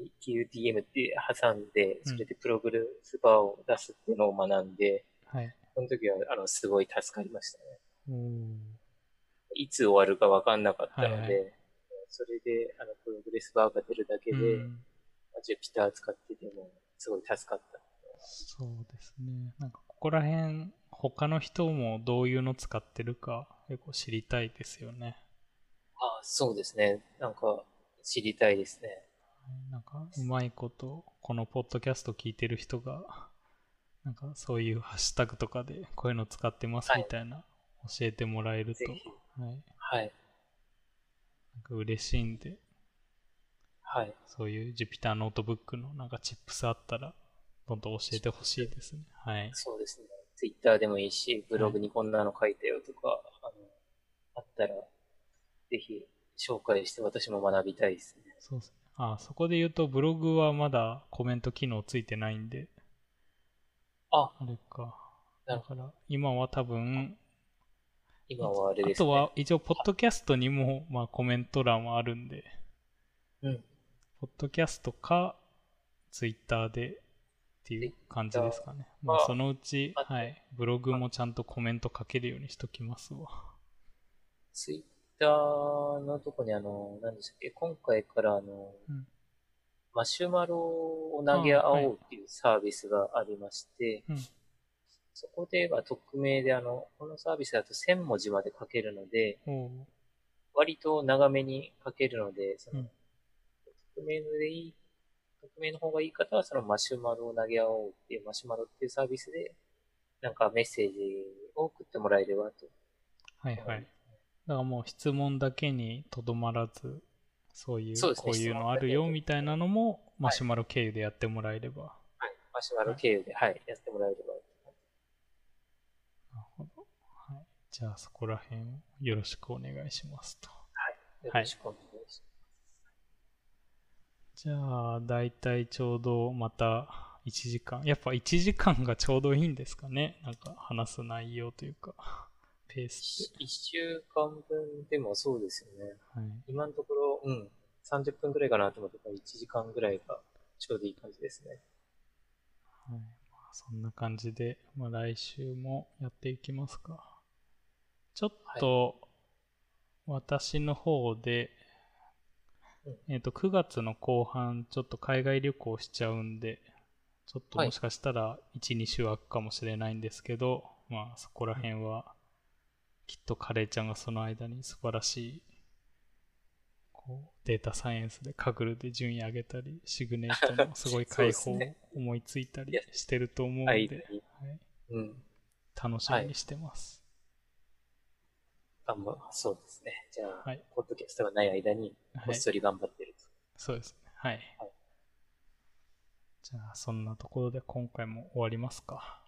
Speaker 2: PQTM って挟んで、
Speaker 1: うん
Speaker 2: それでプログレスバーを出すっていうのを学んで、
Speaker 1: はい。
Speaker 2: その時は、あの、すごい助かりましたね。
Speaker 1: おー
Speaker 2: いつ終わるかわかんなかったので、
Speaker 1: はいは
Speaker 2: それで、あの、プログレスバーが出るだけ
Speaker 1: う
Speaker 2: で、
Speaker 1: ん
Speaker 2: ジュピター使ってても、すごい助かった。
Speaker 1: そうですね。なんか、ここら辺、他の人もどういうの使ってるか、結構知りたいですよね。
Speaker 2: あそうですね。なんか、知りたいですね。
Speaker 1: なんかうまいことこのポッドキャスト聞いてる人がなんかそういうハッシュタグとかでこういうの使ってます
Speaker 2: はい
Speaker 1: みたいな教えてもらえる
Speaker 2: ぜ
Speaker 1: と、
Speaker 2: ひ。
Speaker 1: はい、
Speaker 2: はい。
Speaker 1: なんか嬉しいんで
Speaker 2: はい。
Speaker 1: そういう Jupyter ノートブックのなんかチップスあったらどんどん教えてほしいですねはい
Speaker 2: そうですね。ツイッターでもいいし、ブログにこんなの書いたよとか、あの、あったら、ぜひ紹介して私も学びたいですね。
Speaker 1: そうっすあ、そこで言うと、ブログはまだコメント機能ついてないんで、
Speaker 2: あ、
Speaker 1: あれか。だ
Speaker 2: なる
Speaker 1: から、今は多分、
Speaker 2: 今はあれです
Speaker 1: あと
Speaker 2: ね。
Speaker 1: は一応、ポッドキャストにも、まあ、コメント欄はあるんで、
Speaker 2: うん。
Speaker 1: ポッドキャストか、ツイッターでっていう感じですかね。まあ、そのうち、
Speaker 2: あと
Speaker 1: はい、ブログもちゃんとコメント書けるようにしときますわ。
Speaker 2: ツイッターのとこにあの、何でしたっけ、今回からあの、
Speaker 1: うん
Speaker 2: マシュマロを投げ合おうっていうサービスがありまして、
Speaker 1: うん
Speaker 2: そこでは匿名であの、このサービスだと1000文字まで書けるので、
Speaker 1: おう
Speaker 2: 割と長めに書けるので、その、
Speaker 1: うん
Speaker 2: 匿名でいい、匿名の方がいい方は、そのマシュマロを投げ合おうっていうマシュマロっていうサービスで、なんかメッセージを送ってもらえればと。
Speaker 1: はいはい。だからもう質問だけにとどまらず、そういう、
Speaker 2: そうです
Speaker 1: こ
Speaker 2: ね
Speaker 1: ういうのあるよみたいなのも、マ
Speaker 2: はい
Speaker 1: シュマロ経由でやってもらえれば。
Speaker 2: はい。マシュマロ経由で、はい、やってもらえれば。
Speaker 1: なるほど。はい。じゃあそこら辺をよろしくお願いしますと。
Speaker 2: よろしくお願いし
Speaker 1: じゃあ、だいたいちょうどまた1時間。やっぱ1時間がちょうどいいんですかね。なんか話す内容というか、ペー
Speaker 2: ます。
Speaker 1: ス
Speaker 2: 一週間分でもそうですよね。
Speaker 1: で。はい。
Speaker 2: 今のところ、うん、30分ぐらいかなと思ってたら、1時間ぐらいがちょうどいい感じですね。
Speaker 1: はいまあ、そんな感じで、まあ、来週もやっていきますか。ちょっと、私の方で、
Speaker 2: うん
Speaker 1: えっ、と、9月の後半、ちょっと海外旅行しちゃうんで、ちょっと
Speaker 2: はい
Speaker 1: もしかしたら1、2週空くかもしれないんですけど、まあ、そこら辺は、きっとカレーちゃんがその間に素晴らしい、こう、データサイエンスでカグルで順位上げたり、シグネートのすごい解放
Speaker 2: そう
Speaker 1: を
Speaker 2: ですね
Speaker 1: 思いついたりしてると思うんで、
Speaker 2: はい。
Speaker 1: はい
Speaker 2: うん。
Speaker 1: 楽しみにしてます。
Speaker 2: あ、まあ、そうですね。じゃあ、
Speaker 1: はい
Speaker 2: ポッドキャストがない間に、
Speaker 1: はい
Speaker 2: こっそり頑張ってると。
Speaker 1: そうですね。はい。
Speaker 2: はい
Speaker 1: じゃあ、そんなところで今回も終わりますか。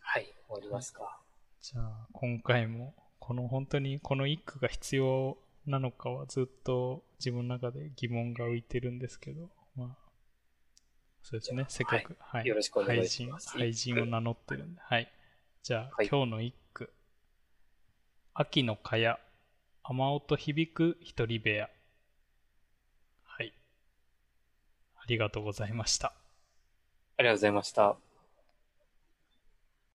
Speaker 2: はい、終わりますか。
Speaker 1: じゃあ、今回も、この本当にこの一句が必要なのかはずっと自分の中で疑問が浮いてるんですけど、まあ、そうですね。せっかく、はい。
Speaker 2: よろしくお願いします
Speaker 1: 廃人廃人を名乗ってるんで、はい。じゃあ、
Speaker 2: はい
Speaker 1: 今日の一句。秋の蚊帳、雨音響く一人部屋。はい。ありがとうございました。
Speaker 2: ありがとうございました。